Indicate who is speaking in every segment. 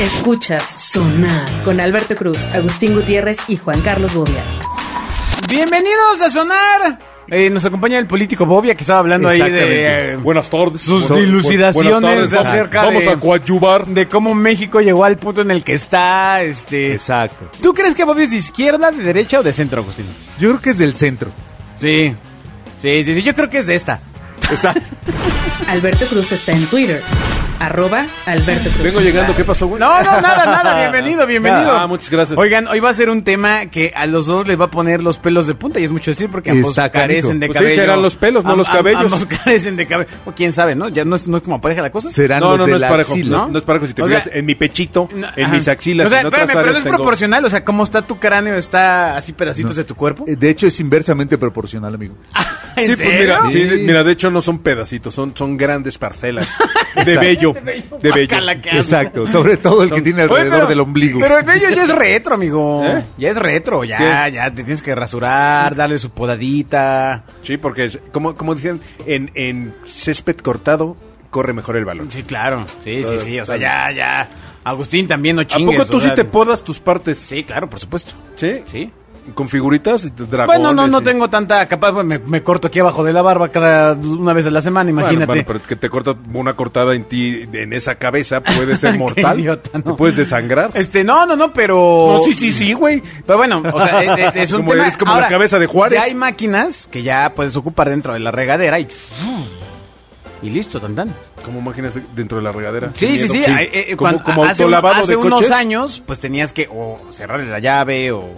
Speaker 1: Escuchas Sonar con Alberto Cruz, Agustín Gutiérrez y Juan Carlos Bobia.
Speaker 2: Bienvenidos a Sonar. Eh, nos acompaña el político Bobia que estaba hablando ahí de eh,
Speaker 3: Buenas tardes.
Speaker 2: sus
Speaker 3: Bu- bu-
Speaker 2: dilucidaciones
Speaker 3: buenas tardes. Vamos-
Speaker 2: acerca
Speaker 3: Vamos
Speaker 2: de-
Speaker 3: a coadyuvar.
Speaker 2: de cómo México llegó al punto en el que está. Este,
Speaker 4: Exacto.
Speaker 2: ¿Tú crees que Bobia es de izquierda, de derecha o de centro, Agustín?
Speaker 4: Yo creo que es del centro.
Speaker 2: Sí. Sí, sí, sí. Yo creo que es de esta.
Speaker 4: Exacto.
Speaker 1: Alberto Cruz está en Twitter. Arroba Alberto Cruz.
Speaker 3: Vengo llegando. ¿Qué pasó, güey?
Speaker 2: No, no, nada, nada. Bienvenido, bienvenido.
Speaker 3: Ah, muchas gracias.
Speaker 2: Oigan, hoy va a ser un tema que a los dos les va a poner los pelos de punta y es mucho decir porque ambos
Speaker 4: Está canijo.
Speaker 2: carecen de
Speaker 3: Pues sí,
Speaker 2: cabello.
Speaker 3: serán los pelos, no
Speaker 2: Am-
Speaker 3: los
Speaker 2: am-
Speaker 3: cabellos.
Speaker 2: Ambos carecen de cabello. O quién sabe, ¿no? Ya no es, no es como pareja la cosa.
Speaker 4: Serán
Speaker 3: no,
Speaker 4: los
Speaker 3: no,
Speaker 4: de
Speaker 3: no es
Speaker 4: la
Speaker 3: parejo.
Speaker 4: axila.
Speaker 3: No, no es parejo. Si te
Speaker 2: O
Speaker 3: fijas
Speaker 2: sea,
Speaker 3: en mi pechito,
Speaker 2: No,
Speaker 3: en
Speaker 2: ajá.
Speaker 3: mis axilas,
Speaker 2: O sea,
Speaker 3: en otras
Speaker 2: espérame, pero no
Speaker 3: áreas
Speaker 2: es
Speaker 3: tengo-
Speaker 2: proporcional. O sea, cómo está tu cráneo, está así pedacitos de tu cuerpo. Ah,
Speaker 4: Eh, De hecho, es inversamente proporcional, amigo.
Speaker 2: ¿En
Speaker 3: Sí, pues mira,
Speaker 2: serio?
Speaker 3: sí,
Speaker 4: Sí.
Speaker 3: mira, de hecho no son pedacitos, son, son grandes parcelas de bello, de bello.
Speaker 2: Guácala, qué asco.
Speaker 4: Exacto. Sobre todo el que tiene
Speaker 2: Oye,
Speaker 4: alrededor
Speaker 2: pero-
Speaker 4: del ombligo.
Speaker 2: Pero el bello ya es retro, amigo.
Speaker 3: ¿Eh?
Speaker 2: Ya es retro, ya, ya te tienes que rasurar, darle su podadita.
Speaker 3: Sí, porque es- como, como dicen, en, en césped cortado corre mejor el balón.
Speaker 2: Sí, claro. Sí, sí,
Speaker 3: Todo-
Speaker 2: sí. O sea, ya, ya. Agustín también no
Speaker 3: ¿A
Speaker 2: chingues.
Speaker 3: poco tú
Speaker 2: o
Speaker 3: sí
Speaker 2: sea,
Speaker 3: te podas tus partes?
Speaker 2: Sí, claro, por supuesto.
Speaker 3: ¿Sí?
Speaker 2: Sí.
Speaker 3: ¿Con figuritas? y ¿Dragones?
Speaker 2: Bueno, no, no
Speaker 3: y-
Speaker 2: tengo tanta capaz, bueno, me, me corto aquí abajo de la barba cada una vez a la semana,
Speaker 3: Bueno,
Speaker 2: imagínate.
Speaker 3: bueno, pero que te corta una cortada en ti, en esa cabeza, puede ser
Speaker 2: Qué
Speaker 3: mortal.
Speaker 2: idiota, no.
Speaker 3: Te puedes desangrar.
Speaker 2: Este, no, no, no, pero.
Speaker 3: No, sí, sí, sí, güey.
Speaker 2: Pero bueno, o sea, es, es- es un
Speaker 3: Como-
Speaker 2: tema.
Speaker 3: es como la cabeza de Juárez.
Speaker 2: Ya hay máquinas que ya puedes ocupar dentro de la regadera y. Y listo, tan tan.
Speaker 3: Como máquinas dentro de la regadera. Qué
Speaker 2: Sí, sí,
Speaker 3: miedo.
Speaker 2: sí. eh, eh,
Speaker 3: Como,
Speaker 2: cuando-
Speaker 3: como
Speaker 2: hace un-
Speaker 3: autolavado
Speaker 2: hace
Speaker 3: de
Speaker 2: unos
Speaker 3: coches.
Speaker 2: años, pues tenías que o cerrarle la llave o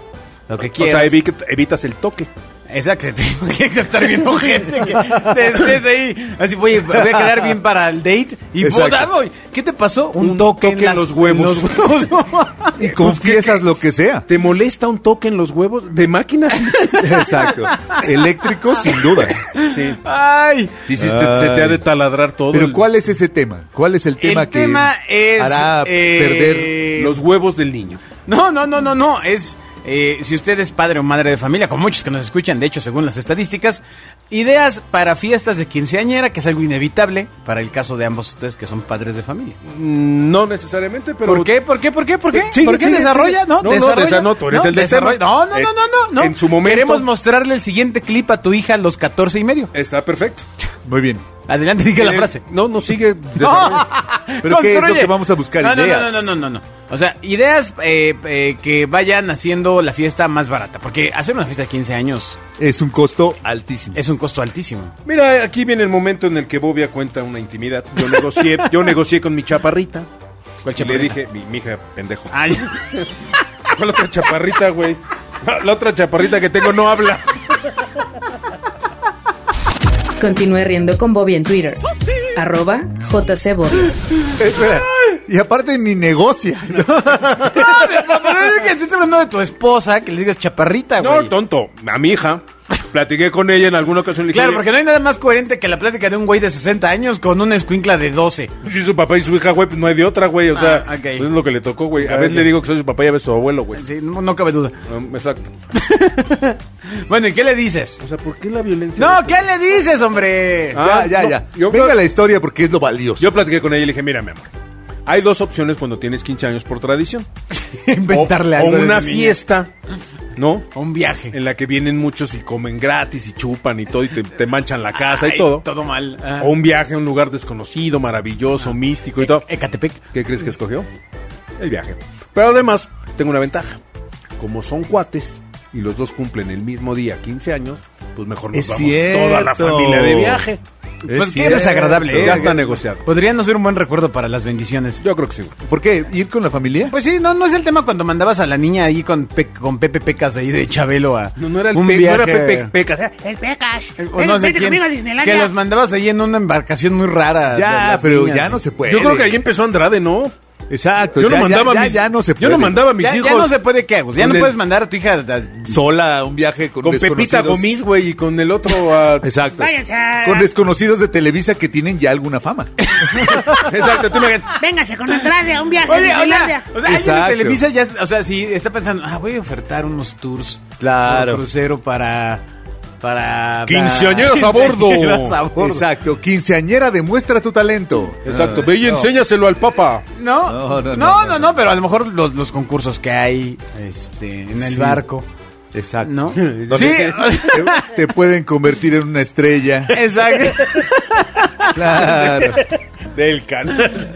Speaker 2: lo que
Speaker 3: o sea,
Speaker 2: quieras.
Speaker 3: evi- evitas el toque.
Speaker 2: Exacto, te tengo que estar bien ojete que te estés ahí. Así, oye, voy a quedar bien para el date. Y
Speaker 4: Exacto.
Speaker 2: puta, güey, ¿qué te pasó?
Speaker 3: Un toque en
Speaker 2: las-
Speaker 3: los huevos.
Speaker 2: en los huevos.
Speaker 4: Y confiesas lo que sea.
Speaker 3: ¿Te molesta un toque en los huevos de máquina?
Speaker 4: Exacto. Eléctrico, sin duda.
Speaker 3: sí.
Speaker 2: Ay,
Speaker 3: Sí, sí, te- se te ha de taladrar todo.
Speaker 4: Pero
Speaker 3: el-
Speaker 4: ¿cuál es ese tema? ¿Cuál es el tema
Speaker 2: el
Speaker 4: que
Speaker 2: tema es
Speaker 4: hará
Speaker 2: eh,
Speaker 4: perder?
Speaker 3: Los huevos del niño.
Speaker 2: No, no, no, no, no. Es eh, si usted es padre o madre de familia, con muchos que nos escuchan, de hecho, según las estadísticas, ideas para fiestas de quinceañera, que es algo inevitable para el caso de ambos ustedes que son padres de familia.
Speaker 3: Mm, No necesariamente, pero... Eh,
Speaker 2: ¿Por qué? ¿Por qué? ¿Por qué? ¿Por qué?
Speaker 3: Sigue,
Speaker 2: ¿Por qué
Speaker 3: sigue,
Speaker 2: desarrolla?
Speaker 3: sigue.
Speaker 2: No,
Speaker 3: No, no,
Speaker 2: desarrolla.
Speaker 3: desa- no, tú eres el del
Speaker 2: desarrolla.
Speaker 3: tema.
Speaker 2: No, no,
Speaker 3: Eh,
Speaker 2: no, no, no, no.
Speaker 3: en su momento-
Speaker 2: Queremos mostrarle el siguiente clip a tu hija a los 14 y medio.
Speaker 3: Está perfecto.
Speaker 4: Muy bien.
Speaker 2: Adelante, diga la
Speaker 3: Eh,
Speaker 2: frase.
Speaker 3: No, no sigue.
Speaker 2: No.
Speaker 3: desarrolla.
Speaker 4: ¿Pero qué es lo
Speaker 2: Construye.
Speaker 4: que vamos a buscar?
Speaker 2: No, no,
Speaker 4: Ideas.
Speaker 2: No, no, no, no, no. O sea, ideas eh, eh, que vayan haciendo la fiesta más barata. Porque hacer una fiesta de 15 años
Speaker 4: Es un costo altísimo.
Speaker 2: es un costo altísimo.
Speaker 3: Mira, aquí viene el momento en el que Bobia cuenta una intimidad. Yo negocié, yo negocié con mi chaparrita.
Speaker 2: ¿Cuál
Speaker 3: Y le
Speaker 2: chaparrita? Ah.
Speaker 3: dije, mi, mi hija, pendejo.
Speaker 2: Ay,
Speaker 3: ¿Cuál otra chaparrita, güey? La, la otra chaparrita que tengo no habla.
Speaker 1: Continúe riendo con Bobia en Twitter. Arroba JC Bobia.
Speaker 4: Espera. Y aparte ni negocia.
Speaker 2: pero es que estoy hablando de tu esposa, que le digas chaparrita,
Speaker 3: No,
Speaker 2: güey.
Speaker 3: tonto. A mi hija. Platiqué con ella en alguna ocasión. Le dije,
Speaker 2: claro, porque no hay nada más coherente que la plática de un güey de 60 años con una escuincla de 12.
Speaker 3: Si su papá y su hija, güey, pues no hay de otra, güey. O
Speaker 2: Ah,
Speaker 3: sea,
Speaker 2: ok. Ah,
Speaker 3: pues es lo que le tocó, güey. A
Speaker 2: Ok.
Speaker 3: veces le digo que soy su papá y a veces su abuelo, güey.
Speaker 2: Sí, no, no cabe duda.
Speaker 3: Um, Exacto.
Speaker 2: Bueno, ¿y qué le dices?
Speaker 3: O sea, ¿por qué la violencia? este
Speaker 2: No, ¿qué le dices, hombre?
Speaker 3: Ah,
Speaker 4: ya, ya,
Speaker 3: no.
Speaker 4: ya.
Speaker 3: Yo
Speaker 4: Venga
Speaker 3: creo-
Speaker 4: la historia porque es lo valioso.
Speaker 3: Yo platiqué con ella y le dije, mira, mi amor. Hay dos opciones cuando tienes 15 años por tradición.
Speaker 2: Inventarle
Speaker 3: o,
Speaker 2: algo.
Speaker 3: o
Speaker 2: a
Speaker 3: una
Speaker 2: esa niña.
Speaker 3: fiesta, ¿no?
Speaker 2: O un viaje.
Speaker 3: En la que vienen muchos y comen gratis y chupan y todo y te, te manchan la casa y todo.
Speaker 2: Todo mal. Ah.
Speaker 3: O un viaje a un lugar desconocido, maravilloso, místico y todo.
Speaker 2: Ecatepec.
Speaker 3: ¿Qué crees que escogió? El viaje. Pero además, tengo una ventaja. Como son cuates y los dos cumplen el mismo día, 15 años, pues mejor nos
Speaker 4: Es
Speaker 3: vamos toda la
Speaker 4: cierto.
Speaker 3: familia
Speaker 2: Oh.
Speaker 3: de viaje.
Speaker 4: Es
Speaker 2: pues qué
Speaker 4: cierto.
Speaker 2: desagradable. ¿eh?
Speaker 3: Ya está negociado.
Speaker 2: Podría no ser un buen recuerdo para las bendiciones.
Speaker 3: Yo creo que sí. güey.
Speaker 4: ¿Por qué? ¿Ir con la familia?
Speaker 2: Pues sí, no, no es el tema cuando mandabas a la niña ahí con, Pe- con Pepe Pecas ahí de Chabelo a
Speaker 3: No, no era el
Speaker 2: un
Speaker 3: pe- no era
Speaker 2: viaje.
Speaker 3: Pepe Pecas. era-
Speaker 5: El Pecas.
Speaker 2: Eh, o
Speaker 5: Ven,
Speaker 2: no sé
Speaker 5: vete
Speaker 2: quién,
Speaker 5: conmigo a Disneylandia.
Speaker 2: que los mandabas ahí en una embarcación muy rara. de
Speaker 4: Ya,
Speaker 2: las
Speaker 4: pero
Speaker 2: niñas,
Speaker 4: ya
Speaker 2: sí.
Speaker 4: no se puede.
Speaker 3: Yo creo que ahí empezó Andrade, ¿no?
Speaker 4: Exacto.
Speaker 3: Yo
Speaker 4: ya,
Speaker 3: no mandaba
Speaker 4: ya,
Speaker 3: a mis,
Speaker 4: ya, ya no se puede.
Speaker 3: Yo no mandaba a mis
Speaker 2: ya, ya
Speaker 3: hijos.
Speaker 2: no se puede, ¿qué hago? Ya
Speaker 3: Con
Speaker 2: no
Speaker 3: el-
Speaker 2: puedes mandar a tu hija. a-
Speaker 4: sola un viaje con,
Speaker 3: con Pepita
Speaker 4: desconocidos.
Speaker 3: Gomis, güey, y con el otro a-
Speaker 4: Exacto.
Speaker 5: Váyanse a-
Speaker 2: Ah.
Speaker 4: Con desconocidos de Televisa que tienen ya alguna fama.
Speaker 3: Exacto, tú me
Speaker 5: Véngase con Andrade a un viaje
Speaker 2: Oye,
Speaker 5: a
Speaker 2: oye,
Speaker 5: Disneylandia.
Speaker 2: o sea, alguien de
Speaker 4: Exacto.
Speaker 2: Televisa ya, o sea, si está pensando, ah, voy a ofertar unos tours,
Speaker 4: Claro.
Speaker 2: por crucero para para...
Speaker 3: Quinceañeras a bordo.
Speaker 2: Quinceañeras a bordo.
Speaker 4: Exacto, quinceañera demuestra tu talento.
Speaker 3: Exacto, ve y
Speaker 4: no.
Speaker 3: enséñaselo al papa.
Speaker 2: No,
Speaker 4: No,
Speaker 2: no,
Speaker 4: no,
Speaker 2: no,
Speaker 4: no,
Speaker 2: no, pero a lo mejor los, los concursos que hay este, en el
Speaker 4: Sí.
Speaker 2: barco,
Speaker 4: Exacto.
Speaker 2: ¿no? Sí,
Speaker 3: Donde-
Speaker 4: Te pueden convertir en una estrella.
Speaker 2: exacto.
Speaker 4: Claro.
Speaker 3: Del canal.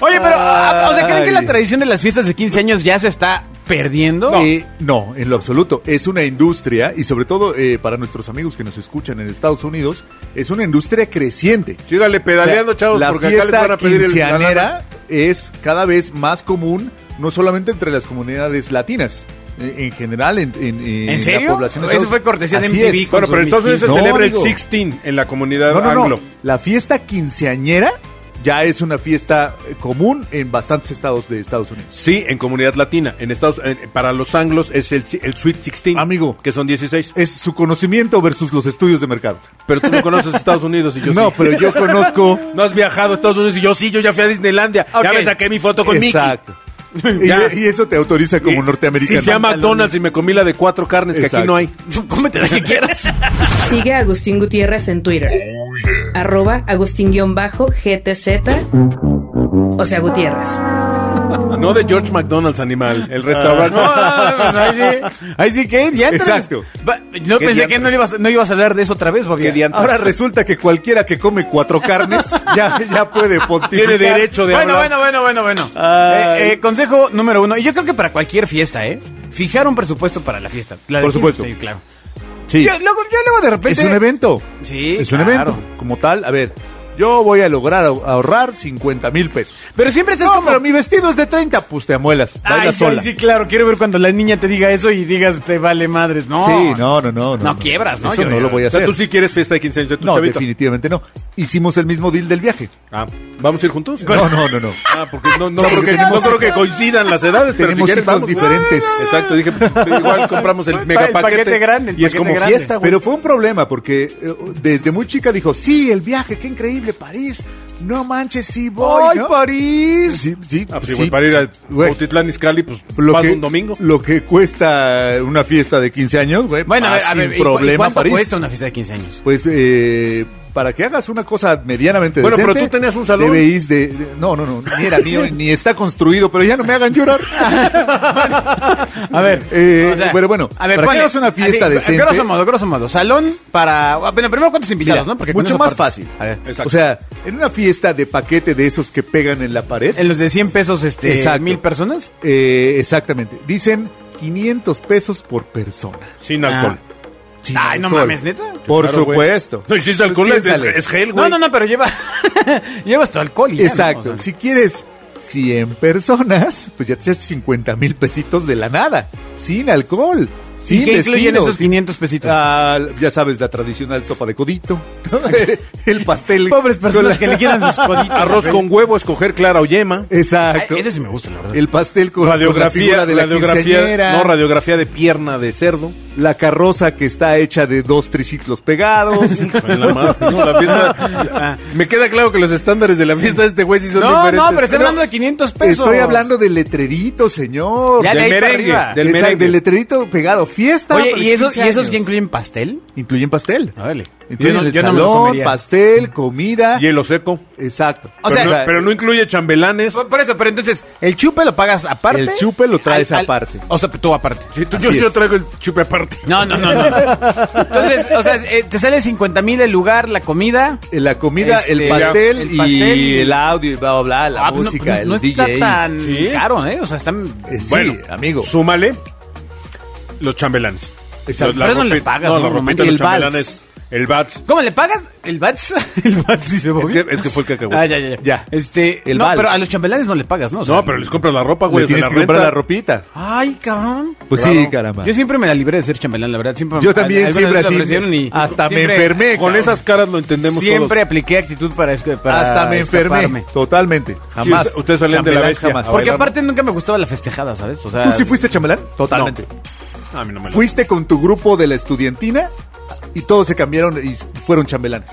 Speaker 2: Oye, pero, ah, o sea, ¿creen que
Speaker 4: Ay.
Speaker 2: la tradición de las fiestas de 15 años ya se está perdiendo?
Speaker 4: Eh, no, en lo absoluto. Es una industria, y sobre todo eh, para nuestros amigos que nos escuchan en Estados Unidos, es una industria creciente.
Speaker 3: Sígale pedaleando,
Speaker 4: O sea,
Speaker 3: chavos,
Speaker 4: la
Speaker 3: porque acá
Speaker 4: fiesta
Speaker 3: les van a pedir el la lana.
Speaker 4: quinceañera es cada vez más común, no solamente entre las comunidades latinas, eh, en general en, en, eh, en
Speaker 2: ¿En serio?
Speaker 4: la población. de
Speaker 2: Eso
Speaker 4: Estados-
Speaker 2: fue cortesía de
Speaker 4: Así
Speaker 2: MTV
Speaker 4: es.
Speaker 2: con
Speaker 3: Bueno, pero entonces se
Speaker 4: No,
Speaker 3: celebra
Speaker 4: amigo.
Speaker 3: el 16 en la comunidad
Speaker 4: No, no,
Speaker 3: anglo.
Speaker 4: no. La fiesta quinceañera ya es una fiesta eh, común en bastantes estados de Estados Unidos.
Speaker 3: Sí, en comunidad latina. En Estados, en- para los anglos es el, el Sweet 16.
Speaker 4: Amigo.
Speaker 3: Que son 16.
Speaker 4: Es su conocimiento versus los estudios de mercado.
Speaker 3: Pero tú no conoces Estados Unidos y yo
Speaker 4: no,
Speaker 3: sí.
Speaker 4: pero yo conozco.
Speaker 3: No has viajado a Estados Unidos y yo sí, yo ya fui a Disneylandia. Ya
Speaker 2: Ok.
Speaker 3: me saqué mi foto con
Speaker 4: Exacto. Y,
Speaker 3: Ya.
Speaker 4: y eso te autoriza
Speaker 3: Mickey.
Speaker 4: como norteamericano.
Speaker 3: Si fui a McDonald's y me comí la de cuatro carnes, que aquí
Speaker 4: Exacto.
Speaker 3: no hay.
Speaker 2: Cómete la que quieras.
Speaker 1: Sigue a Agustín Gutiérrez en Twitter. Arroba Agustín-GTZ. O sea, Gutiérrez.
Speaker 3: No de George McDonald's, animal. El restaurante.
Speaker 2: No, no, no, ahí sí, ahí sí que diantres.
Speaker 4: Exacto.
Speaker 2: Va, No
Speaker 3: ¿Qué
Speaker 2: pensé
Speaker 3: diantres?
Speaker 2: que no ibas, no ibas a hablar de eso otra vez, Bobia.
Speaker 3: Qué diantres.
Speaker 4: Ahora resulta que cualquiera que come cuatro carnes ya, ya puede pontificar.
Speaker 3: Tiene derecho de
Speaker 2: bueno,
Speaker 3: hablar.
Speaker 2: bueno, bueno, bueno, bueno.
Speaker 3: Ay.
Speaker 2: Eh, eh, consejo número uno, y yo creo que para cualquier fiesta, ¿eh? Fijar un presupuesto para la fiesta. La de
Speaker 4: Por
Speaker 2: 15,
Speaker 4: supuesto.
Speaker 2: Sí, claro.
Speaker 4: Sí.
Speaker 2: Yo, luego, yo luego de repente...
Speaker 4: Es un evento.
Speaker 2: Sí,
Speaker 4: Es un
Speaker 2: claro.
Speaker 4: evento. Como tal, a ver, yo voy a lograr ahor- ahorrar 50 mil pesos.
Speaker 2: Pero siempre estás
Speaker 4: No,
Speaker 2: como...
Speaker 4: pero mi vestido Este es de 30, pues te amuelas.
Speaker 2: Ay,
Speaker 4: Baila
Speaker 2: sí,
Speaker 4: sola.
Speaker 2: sí, claro, quiero ver cuando la niña te diga eso y digas, te vale madres. No,
Speaker 4: Sí, no, no, no.
Speaker 2: No quiebras, ¿no?
Speaker 4: Eso
Speaker 2: Yo-
Speaker 4: no
Speaker 2: yo-
Speaker 4: lo voy a
Speaker 3: Ah, O sea,
Speaker 4: hacer.
Speaker 3: tú sí quieres fiesta de 15 años de tu
Speaker 4: no,
Speaker 3: chavito.
Speaker 4: definitivamente no. Hicimos el mismo deal del viaje.
Speaker 3: Ah, ¿Vamos a ir juntos?
Speaker 4: No, no, no, no.
Speaker 3: Ah, porque no, no,
Speaker 4: No,
Speaker 3: creo,
Speaker 4: porque
Speaker 3: que,
Speaker 4: tenemos-
Speaker 3: no creo que coincidan las edades, pero si
Speaker 4: Tenemos
Speaker 3: quieres
Speaker 4: hijos
Speaker 3: vamos.
Speaker 4: diferentes.
Speaker 3: Exacto, dije, pues, igual compramos el
Speaker 2: El
Speaker 3: mega
Speaker 2: paquete
Speaker 3: paquete.
Speaker 2: grande, el
Speaker 3: y es
Speaker 2: paquete
Speaker 3: como
Speaker 2: grande.
Speaker 3: fiesta, güey.
Speaker 4: Pero fue un problema porque eh, desde muy chica dijo, sí, el viaje, qué increíble, París. No manches, sí voy,
Speaker 2: ¡Ay,
Speaker 4: ¿no?
Speaker 2: París!
Speaker 4: Sí, sí,
Speaker 3: Ah, pues
Speaker 4: sí,
Speaker 3: igual para ir a
Speaker 4: güey.
Speaker 3: Cuautitlán Izcalli, pues
Speaker 4: Lo
Speaker 3: vas
Speaker 4: que,
Speaker 3: un domingo.
Speaker 4: Lo que cuesta una fiesta de 15 años, güey.
Speaker 2: Bueno, a ver,
Speaker 4: vas
Speaker 2: a ver,
Speaker 4: sin
Speaker 2: ¿y cu-
Speaker 4: problema,
Speaker 2: ¿y cuánto
Speaker 4: París.
Speaker 2: cuesta una fiesta de 15 años?
Speaker 4: Pues, eh, para que hagas una cosa medianamente
Speaker 3: Bueno, pero
Speaker 4: decente,
Speaker 3: tú tenías un salón.
Speaker 4: Debéis de, de- No, no, no. Ni era mío, ni está construido, pero ya no me hagan llorar.
Speaker 2: A ver,
Speaker 4: Eh, pero bueno,
Speaker 2: a ver,
Speaker 4: para que
Speaker 2: ponle,
Speaker 4: hagas una fiesta
Speaker 2: así,
Speaker 4: decente-
Speaker 2: Grosso modo, grosso modo, salón para... Bueno, primero cuántos invitados,
Speaker 4: Mira,
Speaker 2: ¿no? Porque con
Speaker 4: mucho
Speaker 2: eso
Speaker 4: más
Speaker 2: partes.
Speaker 4: fácil.
Speaker 2: A ver,
Speaker 3: Exacto.
Speaker 4: O sea, en una fiesta de paquete de esos que pegan en la pared.
Speaker 2: en los de 100 pesos, este,
Speaker 4: Exacto.
Speaker 2: mil personas.
Speaker 4: eh, exactamente. Dicen 500 pesos por persona.
Speaker 3: Sin alcohol.
Speaker 4: Sin
Speaker 2: Ay, no
Speaker 4: alcohol.
Speaker 2: mames, ¿neta?
Speaker 4: Ah, Por
Speaker 3: Claro, güey.
Speaker 4: supuesto.
Speaker 3: No, y si es alcohol,
Speaker 4: Pues
Speaker 3: es, es,
Speaker 4: piénsale.
Speaker 3: es gel, güey.
Speaker 2: No, no, no, pero lleva... llevas tu alcohol y ya, ¿no?
Speaker 4: Exacto.
Speaker 2: O sea,
Speaker 4: Si quieres 100 personas, pues ya te echas 50 mil pesitos de la nada. Sin alcohol. Sin
Speaker 2: ¿Y qué incluyen
Speaker 4: destinos,
Speaker 2: esos
Speaker 4: sin-
Speaker 2: 500 pesitos?
Speaker 4: Ah, ya sabes, la tradicional sopa de codito. ¿no? El pastel.
Speaker 2: Pobres
Speaker 4: con
Speaker 2: personas
Speaker 4: la-
Speaker 2: que le quedan sus coditos.
Speaker 3: Arroz con huevo, escoger clara o yema.
Speaker 2: Ay,
Speaker 4: Exacto.
Speaker 2: ese sí me gusta, la verdad.
Speaker 4: El pastel con, con la figura
Speaker 3: Radiografía,
Speaker 4: de la
Speaker 3: radiografía,
Speaker 4: quinceañera.
Speaker 3: no, radiografía de pierna de cerdo.
Speaker 4: La carroza que está hecha de dos triciclos pegados.
Speaker 3: En la madre, no, la fiesta- me queda claro que los estándares de la fiesta de este güey sí
Speaker 2: Ah.
Speaker 3: son
Speaker 2: No,
Speaker 3: diferentes.
Speaker 2: no, pero estoy hablando de 500 pesos.
Speaker 4: Estoy hablando del letrerito, señor.
Speaker 2: Ya de
Speaker 3: del
Speaker 2: ahí para
Speaker 3: merengue,
Speaker 2: arriba.
Speaker 3: del
Speaker 4: Exacto,
Speaker 3: merengue.
Speaker 4: del letrerito pegado. Fiesta.
Speaker 2: Oye,
Speaker 4: para
Speaker 2: ¿y, esos,
Speaker 4: 15
Speaker 2: ¿y esos
Speaker 4: años. Ah,
Speaker 2: que incluyen pastel?
Speaker 4: Incluyen pastel.
Speaker 2: Órale.
Speaker 4: Incluyen el
Speaker 2: me lo
Speaker 4: salón,
Speaker 2: comería.
Speaker 4: pastel, comida.
Speaker 3: Hielo seco.
Speaker 4: Exacto.
Speaker 2: O
Speaker 3: pero,
Speaker 2: sea- Pues,
Speaker 3: no, pero no incluye chambelanes.
Speaker 2: Por por eso, pero entonces, ¿el chupe lo pagas aparte?
Speaker 4: El chupe lo traes aparte.
Speaker 2: O sea, tú aparte.
Speaker 3: Sí, tú-
Speaker 4: Así
Speaker 3: yo, yo
Speaker 4: es.
Speaker 3: traigo el chupe aparte.
Speaker 2: No, no, no, no. Entonces, o sea, eh, te sale 50 mil el lugar, la comida.
Speaker 4: eh, la comida,
Speaker 2: Este,
Speaker 4: el, pastel
Speaker 2: el pastel
Speaker 4: y
Speaker 2: y-
Speaker 4: el audio y bla, bla, bla, la
Speaker 2: Ah, pues no-
Speaker 4: música,
Speaker 2: pues
Speaker 4: el
Speaker 2: no,
Speaker 4: DJ.
Speaker 2: está tan
Speaker 3: Sí.
Speaker 2: caro, ¿eh? O sea, están...
Speaker 4: Eh, sí,
Speaker 3: Bueno,
Speaker 4: amigo.
Speaker 3: Súmale los chambelanes.
Speaker 4: Exacto.
Speaker 3: Los- la
Speaker 2: Pero no les
Speaker 3: ropi-
Speaker 2: pagas,
Speaker 3: No,
Speaker 2: ¿no?
Speaker 3: la ropita
Speaker 2: Normalmente
Speaker 3: de los
Speaker 2: el vals.
Speaker 3: chambelanes. El bats.
Speaker 2: ¿Cómo le pagas? ¿El Bats? El Bats sí se
Speaker 3: Es que, es que fue el cacahuete.
Speaker 2: Ah, ya, ya, ya.
Speaker 4: Ya.
Speaker 2: Este,
Speaker 4: El
Speaker 2: no,
Speaker 4: vals.
Speaker 2: pero a los chambelanes no le pagas, ¿no? O sea,
Speaker 3: No, pero les compras la ropa, güey.
Speaker 4: Le
Speaker 3: o sea,
Speaker 4: tienes que
Speaker 3: renta.
Speaker 4: comprar la ropita.
Speaker 2: Ay, cabrón.
Speaker 4: Pues
Speaker 3: Claro.
Speaker 4: sí, caramba.
Speaker 2: Yo siempre me la libré de ser chambelán, la verdad. Siempre,
Speaker 4: Yo también
Speaker 2: algunas
Speaker 4: siempre
Speaker 2: veces
Speaker 4: así,
Speaker 2: me ofrecieron y-
Speaker 4: hasta me
Speaker 2: siempre-
Speaker 4: enfermé,
Speaker 3: Con esas caras lo entendemos
Speaker 2: Siempre
Speaker 3: todos.
Speaker 2: apliqué actitud para, esca- para
Speaker 4: Hasta me enfermé.
Speaker 2: Ah, escaparme.
Speaker 4: Totalmente. Jamás.
Speaker 3: usted- ustedes salen de la
Speaker 4: Chambelán,
Speaker 3: bestia.
Speaker 4: jamás.
Speaker 3: A
Speaker 2: Porque
Speaker 3: bailar.
Speaker 2: aparte nunca me gustaba la festejada, ¿sabes? O sea,
Speaker 4: ¿Tú sí fuiste chamelán?
Speaker 3: Totalmente.
Speaker 4: No.
Speaker 3: A mí no me la-
Speaker 4: Fuiste con tu grupo de la estudiantina y todos se cambiaron y fueron chambelanes.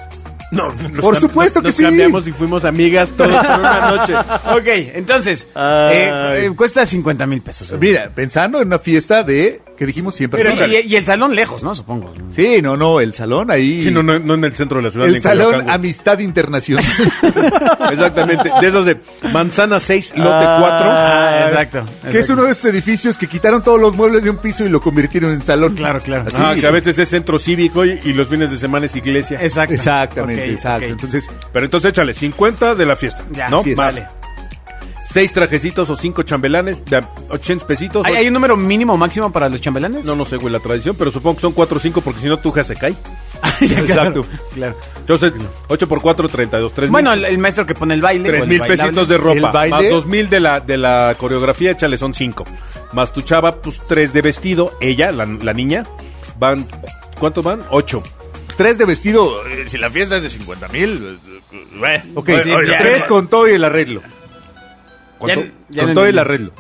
Speaker 3: No, nos
Speaker 4: Por
Speaker 3: cam-
Speaker 4: supuesto
Speaker 3: nos-
Speaker 4: que
Speaker 3: nos
Speaker 4: sí.
Speaker 3: cambiamos y fuimos amigas todas por una noche.
Speaker 2: Ok, entonces,
Speaker 4: Ay.
Speaker 2: eh, eh, cuesta 50 mil pesos.
Speaker 4: Mira, pensando en una fiesta de, que dijimos 100
Speaker 2: Pero
Speaker 4: personas.
Speaker 2: y, y el salón lejos, ¿no? Supongo.
Speaker 4: Sí, no, no, el salón ahí.
Speaker 3: Sí, no, no, no en el centro de la ciudad. ni
Speaker 4: El
Speaker 3: en Coyoacán,
Speaker 4: salón
Speaker 3: güey.
Speaker 4: Amistad Internacional.
Speaker 3: Exactamente. De esos de manzana 6, lote
Speaker 4: Ah,
Speaker 3: 4.
Speaker 2: Ah, exacto.
Speaker 4: Que es uno de esos edificios que quitaron todos los muebles de un piso y lo convirtieron en salón.
Speaker 2: Claro, claro.
Speaker 4: Así.
Speaker 3: Ah, que a veces es centro cívico y, y los fines de semana es iglesia.
Speaker 2: Exacto.
Speaker 4: Exactamente,
Speaker 2: Ok,
Speaker 4: exacto.
Speaker 2: ok.
Speaker 4: Entonces,
Speaker 3: Pero entonces échale 50 de la fiesta.
Speaker 2: Ya,
Speaker 3: ¿No?
Speaker 4: así es.
Speaker 3: Vale. Seis trajecitos o cinco chambelanes de a 80 pesitos.
Speaker 2: ¿Hay, hay un número mínimo o máximo para los chambelanes?
Speaker 3: No, no sé, güey, la tradición, pero supongo que son 4 o 5 porque si no tu hija se cae.
Speaker 2: Ya, claro,
Speaker 3: Exacto.
Speaker 2: Claro.
Speaker 3: Entonces, 8 por 4, 32. 3
Speaker 2: Bueno, el, el maestro que pone el baile. o
Speaker 3: Tres
Speaker 2: el
Speaker 3: mil
Speaker 2: bailable.
Speaker 3: pesitos de ropa,
Speaker 4: El baile.
Speaker 3: más dos mil de la, de la coreografía, échale, son cinco. Más tu chava, pues tres de vestido, ella, la, la niña, van, ¿cuántos van? Ocho.
Speaker 4: tres de vestido. eh,
Speaker 5: Si la fiesta es de 50 mil, eh,
Speaker 4: Ok, sí, tres con todo y el arreglo.
Speaker 3: ¿Cuánto?
Speaker 2: Ya- ya
Speaker 4: con
Speaker 2: no
Speaker 4: todo
Speaker 2: entendí.
Speaker 4: el arreglo.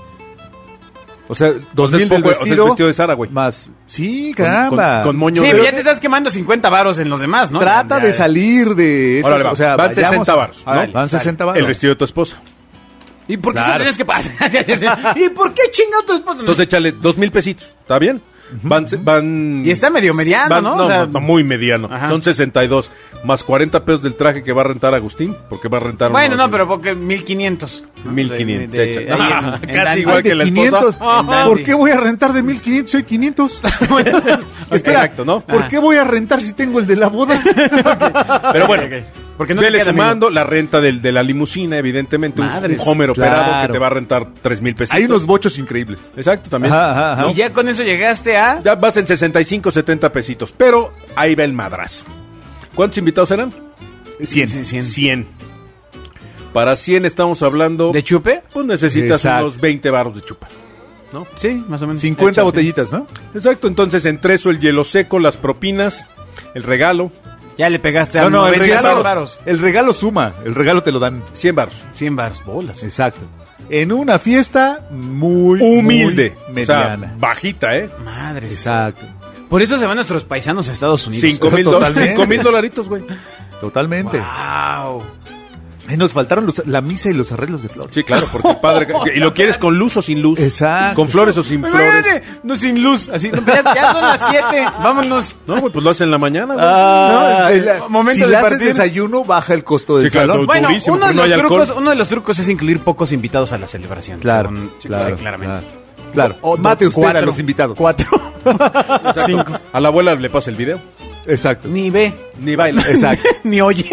Speaker 4: O sea, dos mil del
Speaker 3: poco, o sea, es
Speaker 4: vestido.
Speaker 3: vestido de Sara, güey.
Speaker 4: Más. Sí,
Speaker 3: Con-
Speaker 4: caramba.
Speaker 3: Con, con moño.
Speaker 2: Sí,
Speaker 3: de-
Speaker 2: pero ya te estás quemando 50 varos en los demás, ¿no?
Speaker 4: Trata
Speaker 2: Ya, ya,
Speaker 4: de salir de.
Speaker 3: Órale, va. Van 60 varos, ¿no? Sale.
Speaker 4: Van 60 baros.
Speaker 3: el vestido de tu esposa.
Speaker 2: ¿Y por qué se
Speaker 4: Claro.
Speaker 2: lo tienes que pagar? ¿Y por qué chingado tu esposo?
Speaker 3: Entonces échale dos mil pesitos, ¿está bien? Van, se- van...
Speaker 2: Y está medio mediano,
Speaker 3: van-
Speaker 2: ¿no? O sea,
Speaker 3: no, muy mediano.
Speaker 2: Ajá.
Speaker 3: Son 62, más 40 pesos del traje que va a rentar Agustín, porque va a rentar...
Speaker 2: bueno,
Speaker 3: uno-
Speaker 2: no, pero porque 1500. ¿no?
Speaker 3: 1500,
Speaker 2: De- de-
Speaker 3: se
Speaker 2: de-
Speaker 3: echa.
Speaker 2: ahí
Speaker 3: Ah,
Speaker 2: en- en
Speaker 3: casi
Speaker 2: Dandy.
Speaker 4: Ay,
Speaker 3: igual
Speaker 4: de
Speaker 3: que la esposa.
Speaker 4: 500.
Speaker 2: Ah,
Speaker 4: ¿Por
Speaker 2: Andy.
Speaker 4: qué voy a rentar de 1500 Soy 500? Espera,
Speaker 3: Exacto, ¿no?
Speaker 4: ¿Por qué voy a rentar si tengo el de la boda?
Speaker 3: Pero bueno,
Speaker 2: Ok, ok. Porque no te
Speaker 3: vele
Speaker 2: queda,
Speaker 3: sumando la renta del, de la limusina, evidentemente, un-
Speaker 2: Madres,
Speaker 3: un Homer operado
Speaker 4: claro.
Speaker 3: que te va a rentar tres mil pesitos.
Speaker 4: Hay unos bochos increíbles.
Speaker 3: Exacto, también.
Speaker 4: Ajá, ajá, ajá.
Speaker 2: Y ya con eso llegaste a...
Speaker 3: Ya vas en 65, 70 pesitos, pero ahí va el madrazo. ¿Cuántos invitados eran?
Speaker 2: 100.
Speaker 3: 100. Para 100 estamos hablando...
Speaker 2: ¿De chupe?
Speaker 3: Pues necesitas
Speaker 4: Exacto.
Speaker 3: unos 20 baros de chupa.
Speaker 2: Sí, más o menos.
Speaker 4: 50
Speaker 2: Hecho,
Speaker 4: botellitas, ¿no?
Speaker 3: Exacto, entonces entre eso, el hielo seco, las propinas, el regalo,
Speaker 2: sí. Ya le pegaste
Speaker 4: No,
Speaker 2: a
Speaker 4: no, el
Speaker 2: 90
Speaker 4: regalo,
Speaker 2: varos.
Speaker 4: el regalo suma, el regalo te lo dan.
Speaker 3: 100 baros.
Speaker 2: 100 varos. Bolas.
Speaker 4: Exacto. En una fiesta muy
Speaker 3: Humilde.
Speaker 4: muy
Speaker 3: o sea,
Speaker 4: mediana.
Speaker 3: bajita, ¿eh?
Speaker 2: Madres.
Speaker 4: Exacto.
Speaker 2: Por eso se van nuestros paisanos a Estados Unidos.
Speaker 3: Cinco mil, do-
Speaker 4: Totalmente.
Speaker 3: cinco mil dolaritos, güey.
Speaker 4: Totalmente.
Speaker 2: Wow.
Speaker 4: Y nos faltaron los- la misa y los arreglos de flores.
Speaker 3: Sí, claro, porque el padre. Y lo quieres con luz o sin luz.
Speaker 4: Exacto.
Speaker 3: Con flores o sin flores.
Speaker 2: Espérate, No sin luz. Así, no, ya, ya son las 7. Vámonos.
Speaker 3: No, eh, güey, pues lo hacen en la mañana, güey.
Speaker 4: Ah,
Speaker 2: No, es-
Speaker 4: y la-
Speaker 2: momento
Speaker 4: si
Speaker 2: de
Speaker 4: le haces
Speaker 2: partir.
Speaker 4: desayuno, baja el costo del
Speaker 3: Sí, claro,
Speaker 4: salón.
Speaker 3: todo-
Speaker 2: Bueno,
Speaker 3: Durísimo,
Speaker 2: uno de,
Speaker 3: porque no
Speaker 2: los
Speaker 3: hay
Speaker 2: trucos,
Speaker 3: alcohol.
Speaker 2: uno de los trucos es incluir pocos invitados a la celebración. según- sí,
Speaker 4: claro,
Speaker 2: claramente.
Speaker 4: claro. Claro.
Speaker 2: O-
Speaker 4: Mate usted
Speaker 2: cuatro.
Speaker 4: a los invitados.
Speaker 2: Cuatro.
Speaker 3: Exacto. A la abuela le pasa el video.
Speaker 4: Exacto.
Speaker 2: Ni ve.
Speaker 3: Ni baila.
Speaker 4: Exacto.
Speaker 2: Ni oye.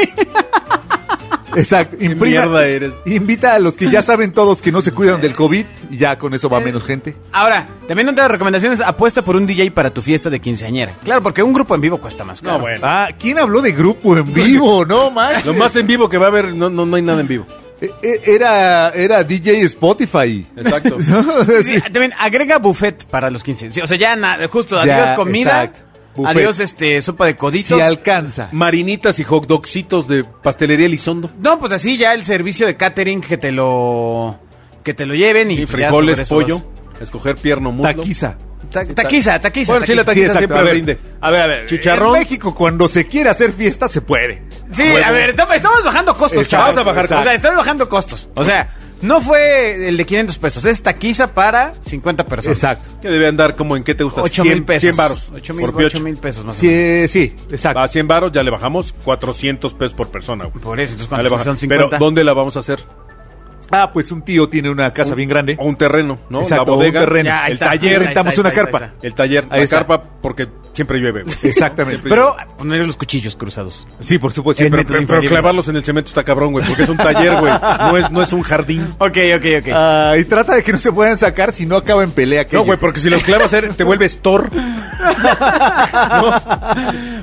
Speaker 4: Exacto. Imprima-
Speaker 3: mierda eres.
Speaker 4: Invita a los que ya saben todos que no se cuidan del COVID y ya con eso va menos gente.
Speaker 2: Ahora, también otra de las recomendaciones, apuesta por un DJ para tu fiesta de quinceañera. Claro, porque un grupo en vivo cuesta más caro.
Speaker 3: No, bueno.
Speaker 4: Ah, ¿quién habló de grupo en vivo? No manches.
Speaker 3: Lo más en vivo que va a haber, no, no, no hay nada en vivo.
Speaker 4: E- e- Era, era DJ Spotify.
Speaker 3: Exacto.
Speaker 2: Sí, También agrega buffet para los 15. Sí, o sea, ya na- justo,
Speaker 4: Ya,
Speaker 2: adiós comida,
Speaker 4: exacto. Buffet.
Speaker 2: adiós este sopa de
Speaker 4: Si
Speaker 2: coditos.
Speaker 4: alcanza.
Speaker 3: Marinitas y hot dogcitos de pastelería Elizondo.
Speaker 2: No, pues así ya el servicio de catering que te lo que te lo lleven y
Speaker 3: Y
Speaker 2: ya sobre
Speaker 3: frijoles,
Speaker 2: eso
Speaker 3: pollo.
Speaker 2: vas.
Speaker 3: Escoger pierna o muslo.
Speaker 4: Taquiza.
Speaker 2: Ta- taquiza, taquiza.
Speaker 3: Bueno, sí, la
Speaker 2: taquiza.
Speaker 3: taquiza
Speaker 4: exacto.
Speaker 3: siempre
Speaker 4: a ver,
Speaker 3: rinde.
Speaker 4: A ver, a ver.
Speaker 3: Chicharrón.
Speaker 4: En México, cuando se quiere hacer fiesta, se puede.
Speaker 2: Sí, a ver, estamos, estamos bajando costos,
Speaker 4: Estamos
Speaker 2: chavos.
Speaker 4: bajando.
Speaker 2: O sea, estamos bajando costos. O sea, no fue el de 500 pesos, es taquiza para 50 personas.
Speaker 4: Exacto.
Speaker 3: Que debe andar como en qué te gusta.
Speaker 2: 8
Speaker 3: 100
Speaker 2: mil pesos.
Speaker 3: 100 baros.
Speaker 2: 8
Speaker 3: por piocho.
Speaker 2: mil pesos más o menos.
Speaker 4: Sí, sí, exacto.
Speaker 3: A 100 baros ya le bajamos 400 pesos por persona, güey.
Speaker 2: Por eso, entonces
Speaker 3: Ya le
Speaker 2: ¿cuántos
Speaker 3: baja-
Speaker 2: son 50?
Speaker 3: Pero ¿dónde la vamos a hacer?
Speaker 4: Ah, pues un tío tiene una casa bien grande.
Speaker 3: O un terreno, ¿no?
Speaker 4: Exacto,
Speaker 3: la bodega,
Speaker 4: un terreno.
Speaker 2: Ya, ahí
Speaker 4: el
Speaker 2: está, ahí
Speaker 4: taller,
Speaker 2: está,
Speaker 4: rentamos
Speaker 2: ahí está,
Speaker 4: una
Speaker 2: ahí está,
Speaker 4: carpa.
Speaker 2: ahí
Speaker 3: el taller,
Speaker 4: Ahí
Speaker 3: la
Speaker 4: está.
Speaker 3: carpa, porque siempre llueve. güey.
Speaker 4: Exactamente.
Speaker 2: Pero poner los cuchillos cruzados.
Speaker 4: sí, por supuesto.
Speaker 2: El
Speaker 4: pero-
Speaker 2: método
Speaker 4: pero-
Speaker 3: Pero
Speaker 2: infalible.
Speaker 3: clavarlos en el cemento está cabrón, güey, porque es un taller, güey. No es, no es un jardín.
Speaker 2: Ok, ok, ok.
Speaker 4: Ah, y trata de que no se puedan sacar si no acaba en pelea. aquello.
Speaker 3: No, güey, porque si los clavas er- te vuelves Thor.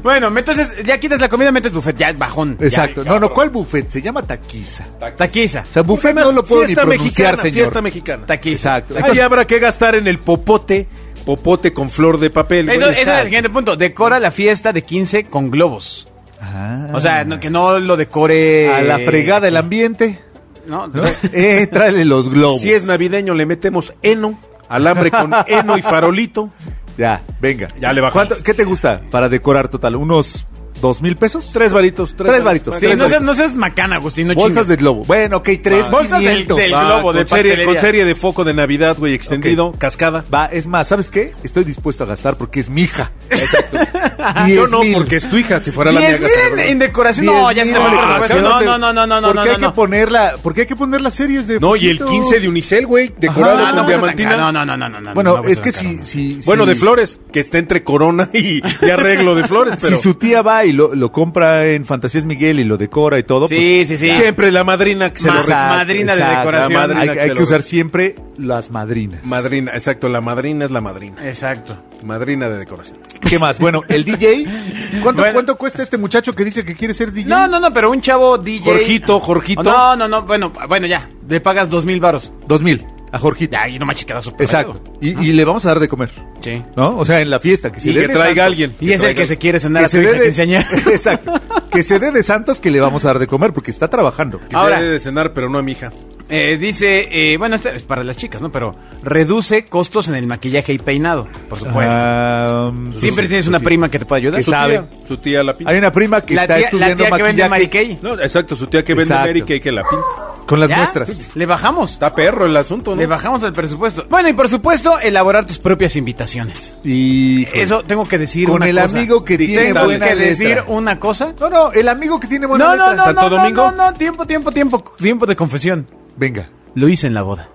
Speaker 2: Bueno, entonces ya quitas la comida, metes buffet, ya bajón. ya.
Speaker 4: Exacto. no, no, ¿cuál buffet? Se llama taquiza.
Speaker 2: Taquiza.
Speaker 4: O sea, buffet no lo puedo ni pronunciar,
Speaker 3: mexicana,
Speaker 4: señor.
Speaker 3: Fiesta mexicana.
Speaker 2: Taquiza.
Speaker 4: Exacto.
Speaker 3: Ahí habrá que gastar en el popote, popote con flor de papel. güey.
Speaker 2: Eso, eso es el siguiente punto. Decora la fiesta de 15 con globos.
Speaker 4: Ah.
Speaker 2: O sea, no- que no lo decore.
Speaker 4: a la fregada el ambiente.
Speaker 2: No,
Speaker 4: ¿no? Eh, tráele los globos.
Speaker 3: Si es navideño, le metemos heno, alambre con heno y farolito.
Speaker 4: Ya, venga.
Speaker 3: Ya le bajamos.
Speaker 4: ¿Cuánto- ¿Qué te gusta para decorar total? ¿Unos ¿Dos mil pesos?
Speaker 3: Tres varitos.
Speaker 4: Tres varitos.
Speaker 2: Sí,
Speaker 4: Tres
Speaker 2: no, seas,
Speaker 4: varitos.
Speaker 2: no seas macana, Agustín, no
Speaker 4: Bolsas
Speaker 2: chingues.
Speaker 4: de globo. Bueno, ok, tres.
Speaker 2: Ah. Bolsas del-
Speaker 4: 500.
Speaker 2: del-
Speaker 4: Va.
Speaker 3: Ah,
Speaker 2: globo de
Speaker 3: con, serie,
Speaker 2: pastelería.
Speaker 3: con serie de foco de Navidad, güey, extendido, cascada.
Speaker 4: Va, es más, ¿sabes qué? Estoy dispuesto a gastar porque es mi hija. Exacto.
Speaker 3: Yo no, porque es tu hija, si fuera la mía.
Speaker 2: Diez mil en, en decoración. No, ya se te fue el
Speaker 3: no,
Speaker 2: presupuesto. No, no, no, no, no, no,
Speaker 4: ¿Por qué hay
Speaker 2: no,
Speaker 4: que
Speaker 2: no.
Speaker 4: ponerla? ¿Por qué hay que poner las series de
Speaker 3: No, y el 15 de Unicel, güey, decorado
Speaker 2: Ah,
Speaker 4: Ajá.
Speaker 2: no,
Speaker 3: con
Speaker 2: vamos a
Speaker 3: diamantina.
Speaker 2: tancar, No, no, no, no, no, no.
Speaker 4: Bueno,
Speaker 2: no, vamos
Speaker 4: es
Speaker 2: a
Speaker 4: que
Speaker 2: tancar,
Speaker 4: si,
Speaker 2: no.
Speaker 4: si-
Speaker 3: Bueno,
Speaker 4: si-
Speaker 3: de flores, que está entre corona y, y arreglo de flores, pero...
Speaker 4: Si su tía va y lo, lo compra en Fantasías Miguel y lo decora y todo,
Speaker 2: Sí, sí, sí.
Speaker 3: Siempre la madrina que se lo
Speaker 2: Más-
Speaker 3: rifó.
Speaker 2: madrina de decoración.
Speaker 3: La
Speaker 4: pues,
Speaker 3: madrina
Speaker 4: hay, hay
Speaker 3: se
Speaker 4: que
Speaker 3: lo
Speaker 4: usar
Speaker 3: rifó.
Speaker 4: siempre las madrinas.
Speaker 3: Madrina, exacto, la madrina es la madrina.
Speaker 2: Exacto.
Speaker 3: Madrina de decoración.
Speaker 4: ¿Qué más? Bueno, el DJ. ¿Cuánto,
Speaker 2: Bueno.
Speaker 4: ¿Cuánto cuesta este muchacho que dice que quiere ser DJ?
Speaker 2: No, no, no, pero un chavo DJ.
Speaker 3: Jorgito, Jorgito.
Speaker 2: No, no, no. Bueno, bueno, ya. Le pagas dos mil baros.
Speaker 4: Dos mil a Jorgito.
Speaker 2: Ya, y no manches, queda súper.
Speaker 4: Exacto. Y, y le vamos a dar de comer.
Speaker 2: Sí.
Speaker 4: ¿No? O sea, en la fiesta. Que se
Speaker 3: Y
Speaker 4: dé
Speaker 3: que
Speaker 4: de
Speaker 3: traiga
Speaker 4: santos.
Speaker 3: alguien.
Speaker 2: Y es el que se quiere cenar
Speaker 4: Que
Speaker 2: a tu
Speaker 4: se,
Speaker 2: hija
Speaker 4: dé de,
Speaker 2: quinceañera.
Speaker 4: exacto, que se dé de santos que le vamos a dar de comer porque está trabajando.
Speaker 3: Que
Speaker 2: Ahora-
Speaker 3: Ahora. de cenar, pero no a mi hija.
Speaker 2: Eh, dice, eh, bueno, esto es para las chicas, ¿no? Pero reduce costos en el maquillaje y peinado, por supuesto.
Speaker 4: Ah, mm,
Speaker 2: um, Siempre
Speaker 4: sí,
Speaker 2: tienes
Speaker 4: sí,
Speaker 2: una
Speaker 4: sí.
Speaker 2: prima que te puede ayudar.
Speaker 4: Que sabe.
Speaker 3: Tía, su tía la pinta.
Speaker 4: Hay una prima que
Speaker 2: La
Speaker 4: está
Speaker 2: tía, la
Speaker 4: estudiando
Speaker 2: tía que vende
Speaker 4: maquillaje
Speaker 2: Mary Kay.
Speaker 3: No, exacto, su tía que vende
Speaker 4: Exacto.
Speaker 3: Mary Kay que la pinta.
Speaker 4: con las
Speaker 2: ¿Ya?
Speaker 4: nuestras.
Speaker 2: Le bajamos.
Speaker 3: Está perro el asunto,
Speaker 2: Le
Speaker 3: ¿no?
Speaker 2: bajamos el presupuesto. Bueno, y por supuesto, elaborar tus propias invitaciones.
Speaker 4: Y
Speaker 2: Eso tengo que decir
Speaker 4: con
Speaker 2: una
Speaker 4: el
Speaker 2: cosa.
Speaker 4: amigo que tiene
Speaker 2: Tengo
Speaker 4: buena
Speaker 2: que
Speaker 4: letra.
Speaker 2: decir una cosa.
Speaker 4: No, no, el amigo que tiene buena
Speaker 2: No, no,
Speaker 4: letra.
Speaker 2: no, no,
Speaker 4: Santo
Speaker 2: no,
Speaker 4: Domingo.
Speaker 2: no, no, tiempo, tiempo, tiempo, tiempo de confesión.
Speaker 4: Venga,
Speaker 2: Lo hice en la boda.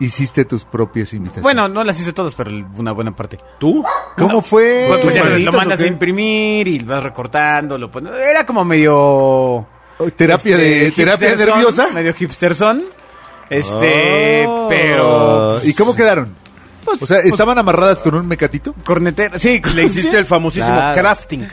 Speaker 4: hiciste tus propias invitaciones.
Speaker 2: Bueno, no las hice todas, pero una buena parte.
Speaker 3: ¿Tú?
Speaker 4: ¿cómo fue?
Speaker 2: Pues tú ya
Speaker 4: Margarita,
Speaker 2: lo mandas
Speaker 4: ¿o
Speaker 2: a
Speaker 4: qué?
Speaker 2: imprimir y vas recortando, lo pones. Era como medio
Speaker 4: terapia
Speaker 2: este,
Speaker 4: de terapia
Speaker 2: hipsterson,
Speaker 4: nerviosa.
Speaker 2: medio hipsterson. Este,
Speaker 4: Oh.
Speaker 2: pero pues,
Speaker 4: ¿Y cómo quedaron? o sea, estaban amarradas con un mecatito.
Speaker 2: cornetero, sí,
Speaker 3: Le hiciste el famosísimo
Speaker 4: Claro.
Speaker 3: crafting.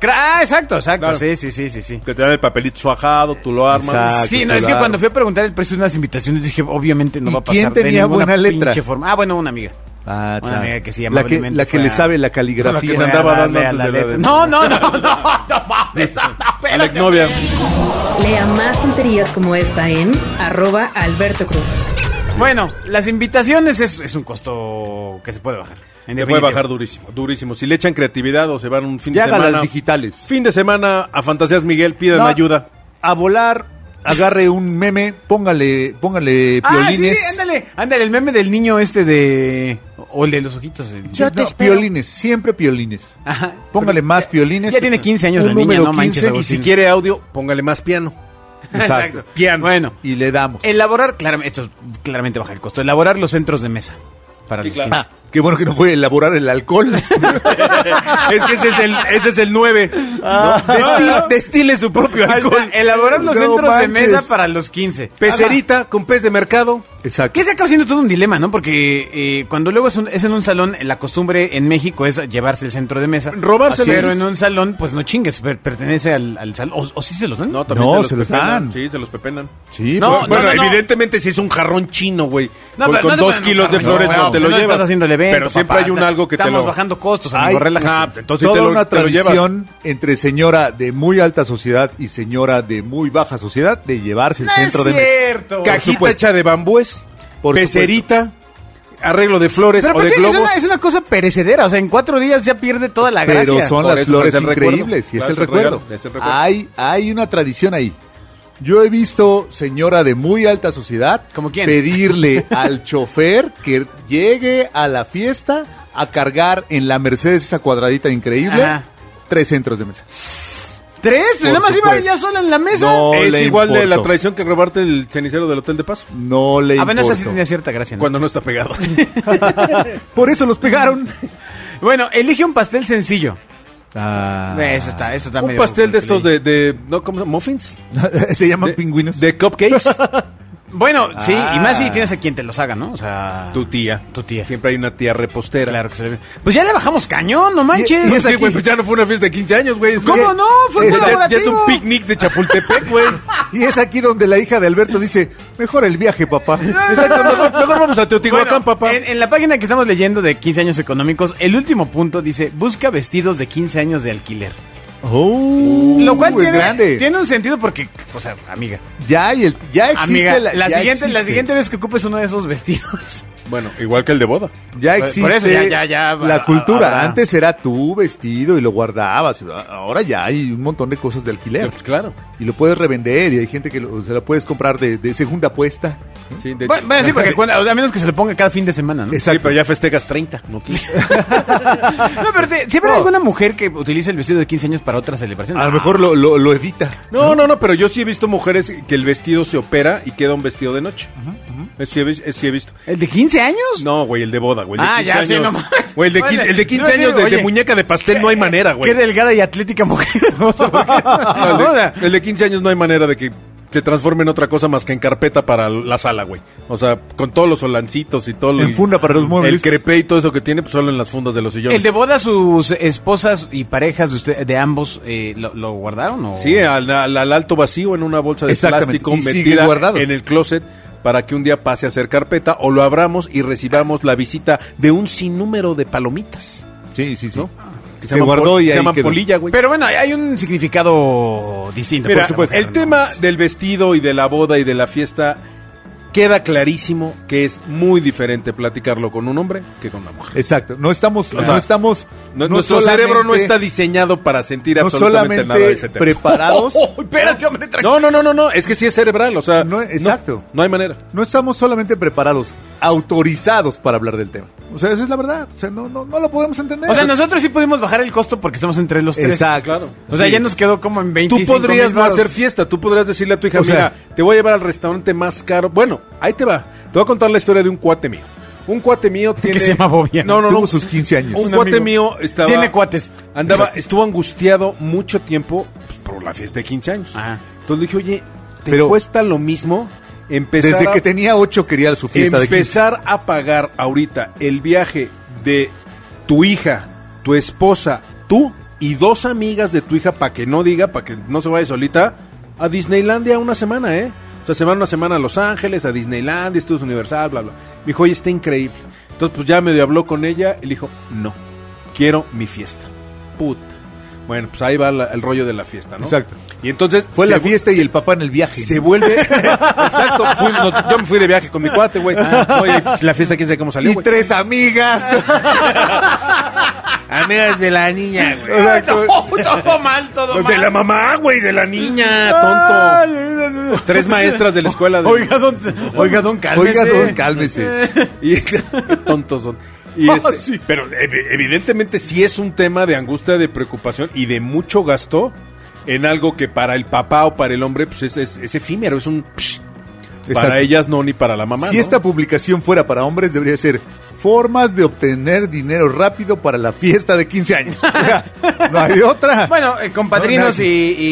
Speaker 2: Cra- Ah, exacto, exacto.
Speaker 3: Claro.
Speaker 2: Sí, sí, sí, sí, sí.
Speaker 3: Que te dan el papelito suajado, tú lo armas.
Speaker 4: Exacto. Ah,
Speaker 2: sí,
Speaker 4: qué
Speaker 2: no, es que
Speaker 4: claro.
Speaker 2: cuando fui a preguntar el precio de unas invitaciones dije, obviamente no
Speaker 4: ¿Y
Speaker 2: va a pasar
Speaker 4: quién
Speaker 2: de
Speaker 4: tenía
Speaker 2: ninguna
Speaker 4: buena letra?
Speaker 2: pinche forma. Ah, bueno, una amiga.
Speaker 4: Ah,
Speaker 2: Una amiga que sí,
Speaker 4: la que,
Speaker 2: amablemente
Speaker 4: la que
Speaker 2: fue
Speaker 4: le
Speaker 2: a-
Speaker 4: sabe la
Speaker 3: La
Speaker 4: caligrafía.
Speaker 3: que se
Speaker 2: Fue a
Speaker 3: andaba
Speaker 2: darle
Speaker 3: dando
Speaker 2: a la
Speaker 3: antes de la
Speaker 2: letra.
Speaker 3: de-
Speaker 2: No, no, no, no, no mames. no,
Speaker 3: A la
Speaker 2: espérate.
Speaker 3: exnovia.
Speaker 1: Lea más tonterías como esta en arroba Alberto Cruz.
Speaker 2: Bueno, las invitaciones es, es un costo que se puede bajar. en
Speaker 3: Te puede
Speaker 2: definitivo.
Speaker 3: bajar durísimo, durísimo. Si le echan creatividad o se van un fin
Speaker 4: Ya
Speaker 3: de
Speaker 4: hagan
Speaker 3: semana.
Speaker 4: las digitales.
Speaker 3: Fin de semana a Fantasías Miguel, pidan
Speaker 4: No,
Speaker 3: ayuda.
Speaker 4: A volar, agarre un meme, póngale, póngale
Speaker 2: Ah, sí,
Speaker 4: piolines.
Speaker 2: ándale, ándale, el meme del niño este de... O el de los ojitos. el-
Speaker 4: No, piolines, siempre piolines.
Speaker 2: Ajá.
Speaker 4: Póngale más piolines.
Speaker 2: Ya tiene 15 años
Speaker 4: Un
Speaker 2: la niña,
Speaker 4: número
Speaker 2: no manches,
Speaker 4: 15
Speaker 3: Y
Speaker 2: Agustín.
Speaker 3: si quiere audio, póngale más piano.
Speaker 2: Exacto.
Speaker 3: Piano.
Speaker 2: Bueno,
Speaker 4: Y le damos.
Speaker 2: elaborar, claramente, esto claramente baja el costo, elaborar los centros de mesa para
Speaker 3: Sí,
Speaker 2: los
Speaker 3: claro.
Speaker 2: 15.
Speaker 4: Ah, qué bueno que no fue elaborar el alcohol.
Speaker 3: es que ese es el, ese es el 9.
Speaker 2: Ah. Destile, destile su propio
Speaker 4: alcohol.
Speaker 2: elaborar los
Speaker 4: No
Speaker 2: centros de
Speaker 4: manches.
Speaker 2: mesa para los 15.
Speaker 3: Pecerita con pez de mercado.
Speaker 4: Exacto.
Speaker 2: Que se acaba siendo todo un dilema, ¿no? Porque eh, cuando luego es, un- es en un salón, la costumbre en México es llevarse el centro de mesa.
Speaker 3: Robárselo.
Speaker 2: Pero en un salón, pues no chingues, per- pertenece al, al salón. O, o sí se los dan?
Speaker 4: también No, se los se los
Speaker 3: pepenan.
Speaker 4: dan.
Speaker 3: Sí, se los pepenan.
Speaker 4: Sí,
Speaker 2: No,
Speaker 4: pues,
Speaker 2: no,
Speaker 3: bueno,
Speaker 2: no, no.
Speaker 3: evidentemente si es un jarrón chino, güey.
Speaker 2: No,
Speaker 3: con
Speaker 2: pero
Speaker 3: con
Speaker 2: no te
Speaker 3: dos
Speaker 2: pueden
Speaker 3: kilos de
Speaker 2: enojar,
Speaker 3: flores
Speaker 2: güey,
Speaker 3: no, te lo
Speaker 2: no
Speaker 3: llevas.
Speaker 2: estás haciendo el evento,
Speaker 3: pero siempre
Speaker 2: papá,
Speaker 3: hay un
Speaker 2: está-
Speaker 3: algo que te lo...
Speaker 2: Estamos bajando costos,
Speaker 4: Ay,
Speaker 2: amigo, relájate.
Speaker 3: Ah, entonces
Speaker 4: toda
Speaker 3: te lo,
Speaker 4: una
Speaker 3: te lo llevas.
Speaker 4: tradición entre señora de muy alta sociedad y señora de muy baja sociedad de llevarse el centro de mesa.
Speaker 2: cierto.
Speaker 4: Por
Speaker 3: Cajita
Speaker 4: supuesto.
Speaker 3: hecha de bambúes,
Speaker 4: Por
Speaker 3: pecerita, arreglo de flores
Speaker 2: Pero
Speaker 3: o de
Speaker 2: aparte es
Speaker 3: globos.
Speaker 2: una, es una cosa perecedera, o sea, en cuatro días ya pierde toda la
Speaker 4: Pero
Speaker 2: gracia.
Speaker 4: son
Speaker 3: Por
Speaker 4: las
Speaker 3: eso,
Speaker 4: flores
Speaker 3: es el recuerdo.
Speaker 4: increíbles y es
Speaker 3: Claro, es
Speaker 4: el
Speaker 3: el regalo,
Speaker 4: recuerdo.
Speaker 3: es el recuerdo.
Speaker 4: Hay, hay una tradición ahí. Yo he visto señora de muy alta sociedad
Speaker 2: ¿Como quién?
Speaker 4: pedirle al chofer que llegue a la fiesta a cargar en la Mercedes esa cuadradita increíble
Speaker 2: Ajá.
Speaker 4: tres centros de mesa.
Speaker 2: ¿Tres? Pues
Speaker 4: Por
Speaker 2: nada más iba
Speaker 4: supuesto.
Speaker 2: ya sola en la mesa.
Speaker 4: No
Speaker 3: es
Speaker 4: le
Speaker 3: igual de la
Speaker 4: importo.
Speaker 3: tradición que robarte el cenicero del hotel de paso.
Speaker 4: No le
Speaker 2: a ver, no sé si
Speaker 4: importo.
Speaker 2: tenía cierta gracia. ¿no?
Speaker 3: Cuando no está pegado.
Speaker 4: Por eso los pegaron.
Speaker 2: Bueno, elige un pastel sencillo.
Speaker 4: Ah.
Speaker 2: Eso está, eso está
Speaker 3: Un
Speaker 2: medio
Speaker 3: pastel de estos
Speaker 2: complicado.
Speaker 3: de, de- ¿no? ¿Cómo se llama? ¿Muffins?
Speaker 4: Se llaman
Speaker 3: De-
Speaker 4: pingüinos.
Speaker 3: De cupcakes.
Speaker 2: Bueno, sí, y más si
Speaker 4: Ah.
Speaker 2: tienes a quien te los haga, ¿no? O sea...
Speaker 3: tu tía.
Speaker 2: Tu tía.
Speaker 3: Siempre hay una tía repostera.
Speaker 2: Claro que se le- Pues ya le bajamos cañón, no manches.
Speaker 4: Y- y
Speaker 3: No,
Speaker 4: es
Speaker 3: sí,
Speaker 4: aquí.
Speaker 3: güey, pues ya no fue una fiesta de 15 años, güey.
Speaker 2: ¿Cómo no? Fue
Speaker 4: Es-
Speaker 3: Ya- ya, es
Speaker 2: colaborativo.
Speaker 3: un picnic de Chapultepec, güey.
Speaker 4: Y es aquí donde la hija de Alberto dice, mejor el viaje, papá.
Speaker 3: Exacto, mejor, mejor vamos a Teotihuacán,
Speaker 2: Bueno,
Speaker 3: papá.
Speaker 2: En, en la página que estamos leyendo de 15 años económicos, el último punto dice, busca vestidos de 15 años de alquiler.
Speaker 4: Oh,
Speaker 2: Lo cual
Speaker 4: es
Speaker 2: tiene,
Speaker 4: grande.
Speaker 2: tiene un sentido porque, o sea, amiga.
Speaker 4: Ya, y el- ya existe
Speaker 2: Amiga, la,
Speaker 4: ya
Speaker 2: siguiente, la
Speaker 4: existe.
Speaker 2: siguiente vez que ocupes uno de esos vestidos.
Speaker 3: Bueno, igual que el de boda.
Speaker 4: Ya
Speaker 2: Por- por
Speaker 4: existe
Speaker 2: eso, ya- ya- ya,
Speaker 4: la
Speaker 2: a-
Speaker 4: cultura.
Speaker 2: ahora-
Speaker 4: Antes era tu vestido y lo guardabas. Ahora ya hay un montón de cosas de alquiler.
Speaker 3: Pues claro.
Speaker 4: Y lo puedes revender y hay gente que lo- se la puedes comprar de, de segunda apuesta.
Speaker 3: Sí, de
Speaker 2: Bueno, bueno, sí, porque cuando- o sea, a menos que se lo ponga cada fin de semana, ¿no?
Speaker 3: Sí, pero ya festejas 30, no 15.
Speaker 2: No, pero te- siempre hay alguna mujer que utiliza el vestido de 15 años para otra celebración.
Speaker 4: A
Speaker 3: Ah.
Speaker 4: lo mejor lo, lo, lo edita.
Speaker 3: No, no, no, pero yo sí he visto mujeres que el vestido se opera y queda un vestido de noche. Eso sí he, vis- eso sí he visto.
Speaker 2: ¿El de 15 años?
Speaker 3: No, güey, el de boda, güey. el de
Speaker 2: Ah,
Speaker 3: 15
Speaker 2: ya, sí,
Speaker 3: años.
Speaker 2: no mames.
Speaker 3: Güey, el de,
Speaker 2: Bueno,
Speaker 3: 15 el de 15
Speaker 2: no, sí,
Speaker 3: años de, de
Speaker 2: oye.
Speaker 3: muñeca de pastel no hay manera, güey.
Speaker 2: Qué delgada y atlética mujer. O sea, ¿por qué?
Speaker 3: No,
Speaker 2: O
Speaker 3: el,
Speaker 2: sea,
Speaker 3: de, el de 15 años no hay manera de que se transforme en otra cosa más que en carpeta para la sala, güey. O sea, con todos los solancitos y todo lo-
Speaker 4: En funda para los muebles.
Speaker 3: El crepé y todo eso que tiene, pues solo en las fundas de los sillones.
Speaker 2: ¿El de boda sus esposas y parejas de, usted- de ambos eh, lo, lo guardaron o...?
Speaker 3: Sí, al, al- al alto vacío en una bolsa de
Speaker 4: Exactamente,
Speaker 3: plástico
Speaker 4: y sigue
Speaker 3: metida
Speaker 4: guardado.
Speaker 3: en el closet para que un día pase a ser carpeta o lo abramos y recibamos la visita de un sinnúmero de palomitas.
Speaker 4: Sí, sí, sí.
Speaker 3: Que
Speaker 4: se, guardó
Speaker 3: pol-
Speaker 4: y
Speaker 3: se
Speaker 4: ahí
Speaker 3: llaman
Speaker 4: quedó.
Speaker 3: polilla, güey.
Speaker 2: Pero bueno, hay- hay un significado distinto.
Speaker 3: Mira,
Speaker 2: por supuesto.
Speaker 3: el tema del vestido y de la boda y de la fiesta queda clarísimo que es muy diferente platicarlo con un hombre que con una mujer.
Speaker 4: Exacto. No estamos,
Speaker 3: Claro.
Speaker 4: no estamos.
Speaker 3: No-
Speaker 4: no
Speaker 3: nuestro cerebro no
Speaker 4: solamente-
Speaker 3: está diseñado para sentir
Speaker 4: no
Speaker 3: absolutamente
Speaker 4: solamente
Speaker 3: nada de ese tema. Oh,
Speaker 4: preparados.
Speaker 2: Oh, espérate, hombre, tranquilo.
Speaker 3: No, no, no, no, no, es que sí es cerebral, o sea,
Speaker 4: No, exacto.
Speaker 3: no hay manera.
Speaker 4: no estamos solamente preparados, autorizados para hablar del tema. O sea, esa es la verdad. O sea, no, no, no lo podemos entender.
Speaker 2: O sea, nosotros sí pudimos bajar el costo porque estamos entre los tres.
Speaker 4: Exacto.
Speaker 3: Claro.
Speaker 2: O sea,
Speaker 4: Sí.
Speaker 2: ya nos quedó como en 20
Speaker 3: Tú podrías no hacer fiesta, tú podrías decirle a tu hija,
Speaker 4: O
Speaker 3: mira,
Speaker 4: sea-
Speaker 3: te voy a llevar al restaurante más caro. Bueno, ahí te va. Te voy a contar la historia de un cuate mío. Un cuate mío tiene...
Speaker 2: se llama Bobiano.
Speaker 3: No, no, no.
Speaker 4: Tuvo sus 15 años.
Speaker 3: Un,
Speaker 2: Un
Speaker 3: cuate
Speaker 2: amigo.
Speaker 3: mío estaba...
Speaker 2: Tiene cuates.
Speaker 3: Andaba, estuvo angustiado mucho tiempo pues, por la fiesta de 15 años.
Speaker 2: Ajá.
Speaker 3: Entonces le dije, oye, ¿te
Speaker 4: Ah. Pero-
Speaker 3: cuesta lo mismo empezar
Speaker 4: Desde
Speaker 3: a-
Speaker 4: que tenía 8 quería su fiesta de 15.
Speaker 3: empezar a pagar ahorita el viaje de tu hija, tu esposa, tú y dos amigas de tu hija para que no diga, para que no se vaya solita a Disneylandia una semana, ¿eh? O sea, se van una semana a Los Ángeles, a Disneylandia, Estudios Universal, bla, bla. Me dijo, oye, está increíble. Entonces, pues ya medio habló con ella y le dijo, no, quiero mi fiesta. Puta. Bueno, pues ahí va la- el rollo de la fiesta, ¿no?
Speaker 4: Exacto.
Speaker 3: Y entonces...
Speaker 4: Fue la
Speaker 3: se-
Speaker 4: fiesta y el papá en el viaje.
Speaker 3: se vuelve. Exacto. fui- no, yo me fui de viaje con mi cuate, güey. Oye, la fiesta, quién sabe cómo salió.
Speaker 4: y
Speaker 3: güey.
Speaker 4: tres amigas.
Speaker 3: Amigas de la niña, güey.
Speaker 4: Exacto.
Speaker 2: todo mal, todo
Speaker 3: De la mamá, güey, de la niña, tonto.
Speaker 2: tonto.
Speaker 3: Tres maestras de la escuela. de-
Speaker 2: Oiga, don, oiga, don, cálmese.
Speaker 4: Oiga, don,
Speaker 3: Eh,
Speaker 4: cálmese.
Speaker 3: Y, tontos son. Y
Speaker 4: Ah,
Speaker 3: este-
Speaker 4: sí.
Speaker 3: Pero ev- evidentemente sí es un tema de angustia, de preocupación y de mucho gasto en algo que para el papá o para el hombre pues es, es- es efímero, es un... psh.
Speaker 4: Exacto.
Speaker 3: Para ellas no, ni para la mamá.
Speaker 4: Si
Speaker 3: ¿no?
Speaker 4: esta publicación fuera para hombres, debería ser formas de obtener dinero rápido para la fiesta de 15 años. O sea, no hay otra.
Speaker 2: Bueno, eh, compadrinos
Speaker 4: No,
Speaker 2: y,
Speaker 4: nadie.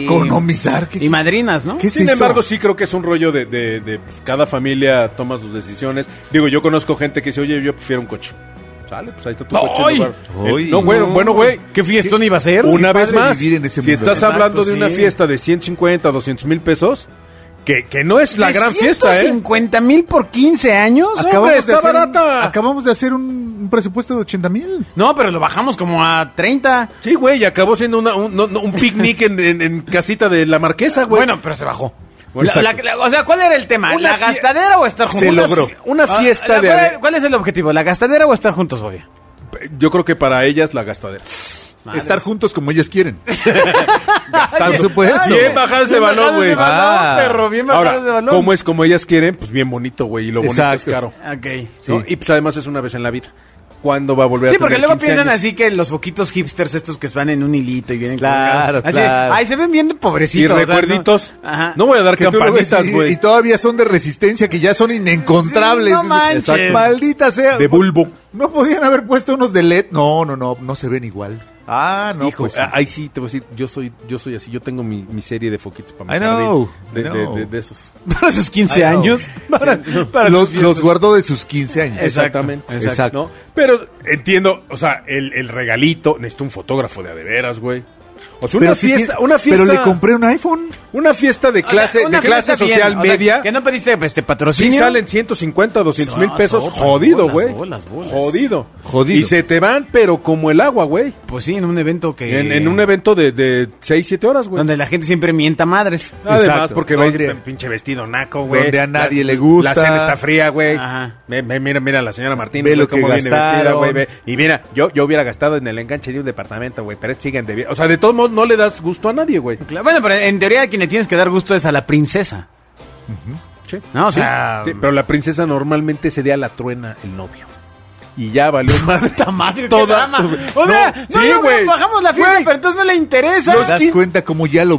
Speaker 2: y-
Speaker 4: Economizar, ¿qué-
Speaker 2: y madrinas, ¿no?
Speaker 4: ¿Qué es
Speaker 3: Sin
Speaker 4: eso?
Speaker 3: embargo, sí creo que es un rollo de, de- de pues, cada familia toma sus decisiones. Digo, yo conozco gente que dice, oye, yo prefiero un coche. Sale, pues ahí está tu
Speaker 2: No,
Speaker 3: coche. en
Speaker 2: ¡ay!
Speaker 3: lugar-
Speaker 4: ¡Ay!
Speaker 3: Eh, no, bueno, bueno, güey.
Speaker 2: ¿Qué fiestón iba a ser?
Speaker 3: Una
Speaker 4: Qué
Speaker 3: vez
Speaker 4: padre
Speaker 3: más,
Speaker 4: vivir en ese
Speaker 3: si
Speaker 4: mundo.
Speaker 3: estás
Speaker 4: Exacto,
Speaker 3: hablando de una
Speaker 2: sí.
Speaker 3: fiesta de 150, 200 mil pesos, que, que no es la gran fiesta, ¿eh?
Speaker 2: 50 mil por 15 años.
Speaker 4: Acabamos
Speaker 3: hombre,
Speaker 4: de
Speaker 3: está
Speaker 4: hacer un-
Speaker 3: barata.
Speaker 4: acabamos de hacer un, un presupuesto de 80 mil.
Speaker 2: No, pero lo bajamos como a 30.
Speaker 3: Sí, güey, y acabó siendo una- un, no, no, un picnic en, en- en casita de la marquesa, güey.
Speaker 2: Bueno, pero se bajó.
Speaker 3: Bueno,
Speaker 2: La-
Speaker 3: exacto.
Speaker 2: la- la- o sea, ¿cuál era el tema?
Speaker 3: Una
Speaker 2: ¿La
Speaker 3: fie-
Speaker 2: gastadera o estar juntos?
Speaker 3: Se logró. Una
Speaker 2: Ah,
Speaker 3: fiesta
Speaker 2: la-
Speaker 3: de-
Speaker 2: ¿cuál, cuál es el objetivo? ¿La gastadera o estar juntos, Bobia?
Speaker 3: Yo creo que para ellas la gastadera.
Speaker 4: Estar juntos como ellas quieren.
Speaker 3: Gastando.
Speaker 4: Por supuesto.
Speaker 3: Bien bajado ese
Speaker 2: Bien
Speaker 3: balón,
Speaker 2: bajado
Speaker 3: güey.
Speaker 2: ese balón,
Speaker 4: Ah.
Speaker 2: perro, bien bajado
Speaker 3: Ahora,
Speaker 2: ese balón.
Speaker 3: como es como ellas quieren, pues bien bonito, güey, y lo bonito
Speaker 4: Exacto.
Speaker 3: es caro.
Speaker 2: Ok.
Speaker 3: ¿no?
Speaker 4: Sí.
Speaker 3: Y pues además es una vez en la vida. ¿Cuándo va a volver
Speaker 2: Sí,
Speaker 3: a tener
Speaker 2: porque luego
Speaker 3: 15
Speaker 2: piensan
Speaker 3: años?
Speaker 2: así que los foquitos hipsters estos que van en un hilito y vienen con-
Speaker 4: Claro,
Speaker 2: así,
Speaker 4: claro.
Speaker 2: Ay, se ven bien de
Speaker 3: Y
Speaker 2: pobrecitos. o sea,
Speaker 3: recuerditos.
Speaker 2: ¿no? Ajá.
Speaker 3: No voy a dar
Speaker 4: Que tú lo ves
Speaker 3: campanitas,
Speaker 4: y-
Speaker 3: güey.
Speaker 4: Y todavía son de resistencia que ya son inencontrables.
Speaker 2: Sí, no manches.
Speaker 4: Exacto. Maldita sea.
Speaker 3: De bulbo.
Speaker 4: No podían haber puesto unos de LED. No, no, no, no se ven igual. Ah, no,
Speaker 3: Hijo,
Speaker 4: pues sí.
Speaker 3: ah, ahí sí te voy a decir, yo soy, yo soy así, yo tengo mi, mi serie de foquitos para mi
Speaker 4: I know,
Speaker 3: jardín, de,
Speaker 4: I
Speaker 3: de-
Speaker 4: know.
Speaker 3: de- de esos.
Speaker 2: Para sus 15
Speaker 4: Ay, no.
Speaker 2: años. Para, para
Speaker 4: los,
Speaker 2: sus
Speaker 4: los
Speaker 2: fiestas.
Speaker 4: guardó de sus 15 años.
Speaker 2: Exacto.
Speaker 3: Exactamente.
Speaker 4: Exacto.
Speaker 3: ¿no? Pero entiendo, o sea, el, el regalito, necesito un fotógrafo de a de veras, güey. O sea, una
Speaker 4: si
Speaker 3: fiesta,
Speaker 4: tiene-
Speaker 3: una fiesta.
Speaker 4: Pero le compré un iPhone.
Speaker 3: una fiesta de clase,
Speaker 2: O sea, una
Speaker 3: de clase
Speaker 2: fiesta bien,
Speaker 3: social
Speaker 2: o sea,
Speaker 3: media.
Speaker 2: que no pediste este
Speaker 3: Si
Speaker 2: patrocinio.
Speaker 3: salen 150 o 200 mil
Speaker 2: No,
Speaker 3: pesos,
Speaker 2: sopas,
Speaker 3: jodido,
Speaker 2: bolas,
Speaker 3: güey.
Speaker 2: bolas, bolas.
Speaker 3: Jodido.
Speaker 4: Jodido.
Speaker 3: Y se te van, pero como el agua, güey.
Speaker 2: Pues sí, en un evento que.
Speaker 3: En, en un evento de, de 6, 7 horas, güey.
Speaker 2: Donde la gente siempre mienta madres.
Speaker 3: Además,
Speaker 4: Exacto.
Speaker 3: porque va
Speaker 4: Donde-
Speaker 3: en pinche vestido naco, güey.
Speaker 4: Donde a
Speaker 3: La-
Speaker 4: nadie le
Speaker 3: La
Speaker 4: gusta.
Speaker 3: cena está fría, güey.
Speaker 2: Ajá.
Speaker 3: Ve- ve- Mira, mira a la señora Martínez,
Speaker 4: Ve
Speaker 3: güey,
Speaker 4: lo que
Speaker 3: cómo viene
Speaker 4: gastaron.
Speaker 3: vestida, güey. ve. Y mira, yo, yo hubiera gastado en el enganche de un departamento, güey, pero siguen de bien. O sea, de todos modos no le das gusto a nadie, güey.
Speaker 2: Claro, Bueno, pero en teoría a quien le tienes que dar gusto es a la princesa.
Speaker 3: Sí.
Speaker 2: No, o sea-
Speaker 4: Um.
Speaker 3: Sí, pero la princesa normalmente sería la truena el novio. Y ya valió madre.
Speaker 2: ¡Puta madre, qué
Speaker 3: Toda-
Speaker 2: drama! O
Speaker 3: No,
Speaker 2: sea, no,
Speaker 3: sí,
Speaker 2: no,
Speaker 3: güey.
Speaker 2: bajamos la fiesta,
Speaker 3: Güey.
Speaker 2: pero entonces no le interesa.
Speaker 4: ¿Te das cuenta cómo ya lo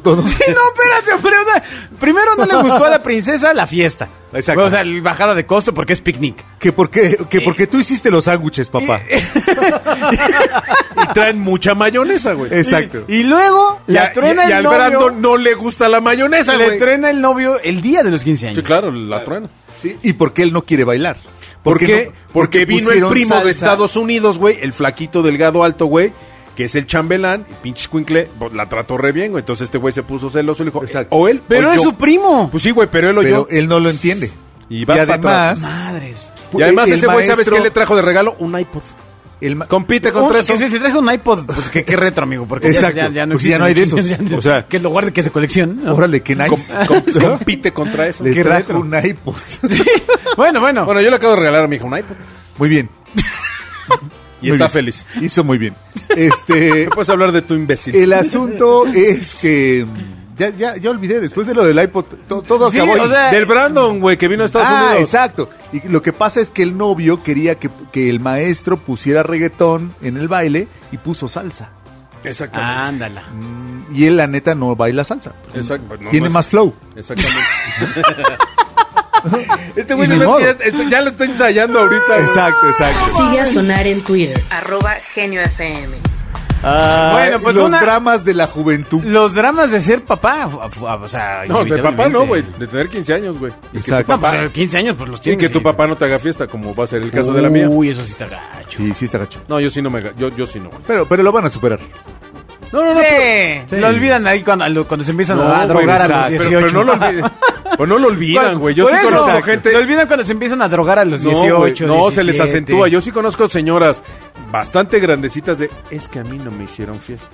Speaker 4: todo?
Speaker 2: Sí, no, espérate, pero, o sea, primero no le gustó a la princesa la fiesta.
Speaker 4: Exacto.
Speaker 2: O sea, el bajada de costo porque es picnic.
Speaker 4: que porque, que porque tú hiciste los sándwiches, papá.
Speaker 3: Y traen mucha mayonesa, güey.
Speaker 4: Exacto.
Speaker 2: Y luego
Speaker 3: Y
Speaker 2: la
Speaker 3: a-
Speaker 2: truena
Speaker 3: y, y
Speaker 2: el
Speaker 3: al
Speaker 2: novio.
Speaker 3: Brando no le gusta la mayonesa,
Speaker 2: le
Speaker 3: güey.
Speaker 2: truena el novio el día de los 15 años.
Speaker 3: Sí, claro, la truena.
Speaker 4: Sí, ¿Y por qué él no quiere bailar?
Speaker 3: ¿Por qué?
Speaker 4: no-
Speaker 3: porque, vino el
Speaker 4: pusieron
Speaker 3: primo de
Speaker 4: salsa.
Speaker 3: Estados Unidos, güey, el flaquito delgado alto, güey, que es el chambelán, y pinche escuincle, pues, la trató re bien, güey. Entonces este güey se puso celoso y le dijo,
Speaker 4: Exacto.
Speaker 3: o él,
Speaker 2: Pero
Speaker 3: o
Speaker 2: es
Speaker 3: yo.
Speaker 2: su primo.
Speaker 3: Pues sí, güey, pero él o
Speaker 4: Pero eh,
Speaker 3: yo.
Speaker 4: él no lo entiende.
Speaker 3: Y va pa' atrás.
Speaker 4: además,
Speaker 2: Madres.
Speaker 3: y además
Speaker 4: el
Speaker 3: ese güey, ¿sabes
Speaker 4: maestro-
Speaker 3: qué le trajo de regalo? Un iPod.
Speaker 4: el ma-
Speaker 3: Compite
Speaker 2: Un-
Speaker 3: contra eso.
Speaker 2: que si se trajo un iPod, pues que qué retro, amigo, porque ya-
Speaker 4: Exacto,
Speaker 2: ya, ya no
Speaker 4: pues ya no hay de esos.
Speaker 2: O sea,
Speaker 4: O sea-
Speaker 2: que lo guarde, que se colección.
Speaker 4: Órale, qué nice.
Speaker 3: Com- com- compite contra eso.
Speaker 4: le
Speaker 3: Qué
Speaker 4: trajo
Speaker 3: retro.
Speaker 4: un iPod.
Speaker 2: Bueno, bueno.
Speaker 3: Bueno, yo le acabo de regalar a mi hijo un iPod.
Speaker 4: Muy bien.
Speaker 3: Y
Speaker 4: muy
Speaker 3: está
Speaker 4: bien.
Speaker 3: feliz.
Speaker 4: Hizo muy bien. Este,
Speaker 3: ¿Qué puedes hablar de tu imbécil?
Speaker 4: el asunto es que mm, ya, ya, ya olvidé, después de lo del iPod, to- todo
Speaker 2: Sí,
Speaker 4: acabó.
Speaker 2: o sea,
Speaker 3: Del Brandon, güey, que vino a Estados
Speaker 4: ah,
Speaker 3: Unidos.
Speaker 4: exacto. Y lo que pasa es que el novio quería que, que el maestro pusiera reggaetón en el baile y puso salsa.
Speaker 3: Exactamente.
Speaker 4: Ah,
Speaker 2: Ándala.
Speaker 4: Mm, Y él, la neta, no baila salsa.
Speaker 3: Exacto, pues, no,
Speaker 4: Tiene
Speaker 3: no es-
Speaker 4: más flow.
Speaker 3: Exactamente. este
Speaker 4: Y
Speaker 3: güey
Speaker 4: ni
Speaker 3: no
Speaker 4: modo.
Speaker 3: ya, este- ya lo está ensayando ahorita. güey.
Speaker 4: Exacto, exacto.
Speaker 1: Sigue a sonar en Twitter. Arroba Genio FM.
Speaker 3: Ah,
Speaker 2: bueno, pues
Speaker 4: los
Speaker 2: una-
Speaker 4: dramas de la juventud.
Speaker 2: Los dramas de ser papá, f- f- o sea,
Speaker 3: No, de papá
Speaker 2: inevitablemente.
Speaker 3: no, güey. De tener 15 años, güey. Y que tu
Speaker 4: Exacto.
Speaker 2: No, pues,
Speaker 3: papá,
Speaker 2: a los 15 años, pues los
Speaker 3: y
Speaker 2: tienes.
Speaker 3: que tu
Speaker 2: y-
Speaker 3: papá no te haga fiesta, como va a ser el caso de la mía.
Speaker 2: Uy, eso sí está gacho.
Speaker 4: Sí, sí está gacho.
Speaker 3: No, yo sí no me... ga- Yo, yo sí no, güey.
Speaker 4: Pero, pero lo van a superar.
Speaker 3: No, no, no.
Speaker 2: Sí,
Speaker 3: pero-
Speaker 4: Sí.
Speaker 2: lo olvidan ahí cuando, lo- cuando se empiezan
Speaker 3: No,
Speaker 2: a
Speaker 3: güey,
Speaker 2: drogar a los
Speaker 3: exacto,
Speaker 2: 18.
Speaker 3: pero, pero no lo olviden. Pues no lo olvidan,
Speaker 2: Cuando-
Speaker 3: güey. Yo
Speaker 2: por
Speaker 3: sí
Speaker 2: eso,
Speaker 3: conozco gente...
Speaker 2: Lo olvidan cuando se empiezan a drogar a los
Speaker 3: No,
Speaker 2: 18.
Speaker 3: güey, no se les
Speaker 2: 17.
Speaker 3: acentúa. Yo sí conozco señoras bastante grandecitas de... Es que a mí no me hicieron fiesta.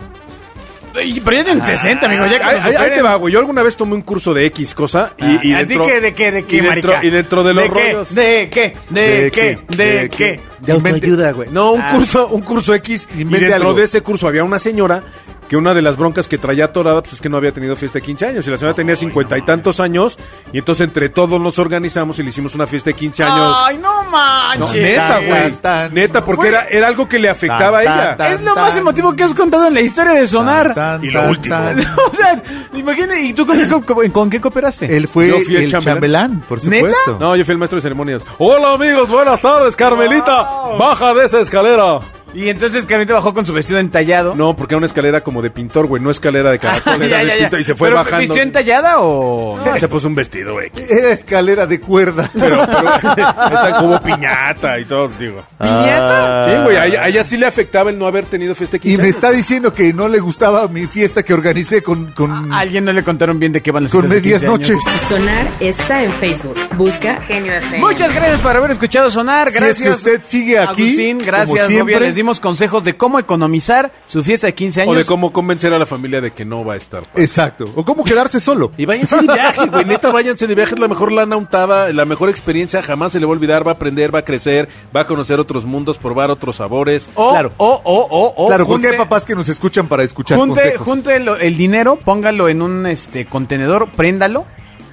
Speaker 2: Ay, Pero ya tienen 60, amigo. Ya que
Speaker 3: ahí,
Speaker 2: lo
Speaker 3: ahí- ahí
Speaker 2: superen.
Speaker 3: te va, güey. Yo alguna vez tomé un curso de X cosa y,
Speaker 2: Ah,
Speaker 3: y
Speaker 2: ¿A ti
Speaker 3: dentro-
Speaker 2: qué? ¿De qué? ¿De qué,
Speaker 3: y dentro,
Speaker 2: marica?
Speaker 3: y dentro de los
Speaker 2: qué?
Speaker 3: rollos...
Speaker 2: ¿De qué? ¿De qué? ¿De qué?
Speaker 3: De autoayuda, güey. No, un
Speaker 2: Ah.
Speaker 3: curso, un curso X. Y
Speaker 4: Invente
Speaker 3: dentro
Speaker 4: algo.
Speaker 3: de ese curso había una señora que una de las broncas que traía atorada pues es que no había tenido fiesta de 15 años. Y la señora tenía cincuenta y tantos años. Y entonces entre todos nos organizamos y le hicimos una fiesta de 15 años.
Speaker 2: Ay, no
Speaker 3: No,
Speaker 2: manches.
Speaker 3: neta,
Speaker 4: tan,
Speaker 3: güey.
Speaker 4: tan, tan.
Speaker 3: Neta, porque era, era algo que le afectaba
Speaker 4: Tan,
Speaker 3: a ella.
Speaker 4: tan, tan.
Speaker 2: Es lo más emotivo que has contado en la historia de Sonar.
Speaker 4: Tan, tan,
Speaker 3: Y lo
Speaker 4: tan,
Speaker 3: último.
Speaker 4: tan.
Speaker 2: o sea, imagínate, ¿y tú con, qué co- co- con qué cooperaste?
Speaker 4: Él fue
Speaker 3: Yo fui el
Speaker 4: el
Speaker 3: chambelán.
Speaker 4: chambelán, por
Speaker 2: ¿Neta?
Speaker 4: supuesto.
Speaker 3: No, yo fui el maestro de ceremonias. Hola amigos, buenas tardes, Carmelita. Baja de esa escalera.
Speaker 2: Y entonces Carmen bajó con su vestido entallado. Ah,
Speaker 3: No, porque era una escalera como de pintor, güey, no escalera de caracol, era
Speaker 2: Ya, ya,
Speaker 3: de
Speaker 2: ya.
Speaker 3: pintor y se fue
Speaker 2: ¿Pero
Speaker 3: bajando.
Speaker 2: ¿Vistió entallada o...?
Speaker 3: Ah, se puso un vestido, güey.
Speaker 4: Era escalera de cuerda.
Speaker 3: Pero, pero esa como piñata y todo, digo.
Speaker 2: ¿Piñata?
Speaker 3: Sí, güey, a, ella- a ella sí le afectaba el no haber tenido fiesta de
Speaker 4: Y
Speaker 3: 15
Speaker 4: me
Speaker 3: años.
Speaker 4: está diciendo que no le gustaba mi fiesta que organicé con, con,
Speaker 3: Ah,
Speaker 2: A alguien no le contaron bien de qué van los
Speaker 4: con
Speaker 2: fiestas de
Speaker 4: medias
Speaker 2: 15 años.
Speaker 4: noches.
Speaker 1: Sonar está en Facebook. Busca Genio FM.
Speaker 2: Muchas gracias por haber escuchado sonar.
Speaker 4: Si es
Speaker 2: Gracias.
Speaker 4: que usted sigue aquí,
Speaker 2: Agustín,
Speaker 4: como
Speaker 2: gracias. Bobia.
Speaker 4: siempre.
Speaker 2: Les dimos consejos de cómo economizar su fiesta de 15 años.
Speaker 3: O de cómo convencer a la familia de que no va a estar. padre.
Speaker 4: Exacto. O cómo quedarse solo.
Speaker 3: Y váyanse de viaje, güey. Neta, váyanse de viaje. Es la mejor lana untada, la mejor experiencia. Jamás se le va a olvidar. Va a aprender, va a crecer, va a conocer otros mundos, probar otros sabores.
Speaker 2: O,
Speaker 4: Claro.
Speaker 2: o, o, o, o,
Speaker 4: claro, porque
Speaker 2: junte-
Speaker 4: hay papás que nos escuchan para escuchar
Speaker 2: Junte,
Speaker 4: consejos.
Speaker 2: junte lo- el dinero, póngalo en un este contenedor, préndalo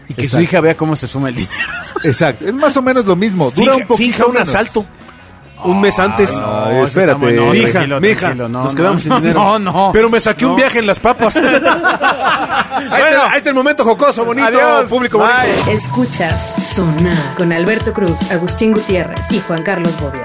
Speaker 2: y que su
Speaker 4: Exacto.
Speaker 2: hija vea cómo se suma el dinero.
Speaker 4: Exacto. Es más o menos lo mismo. Dura un poquito menos.
Speaker 3: Un mes antes.
Speaker 4: no, eso espérate. está bueno.
Speaker 3: mija,
Speaker 2: tranquilo,
Speaker 3: mija,
Speaker 2: tranquilo, no,
Speaker 3: nos
Speaker 2: no,
Speaker 3: quedamos
Speaker 2: no,
Speaker 3: sin dinero.
Speaker 2: no, no.
Speaker 3: Pero me saqué
Speaker 2: No.
Speaker 3: un viaje en las papas. ahí, está, ahí está el momento jocoso, bonito,
Speaker 2: Adiós.
Speaker 3: público
Speaker 2: Bye.
Speaker 3: bonito.
Speaker 1: Escuchas Sonar con Alberto Cruz, Agustín Gutiérrez y Juan Carlos Bobia.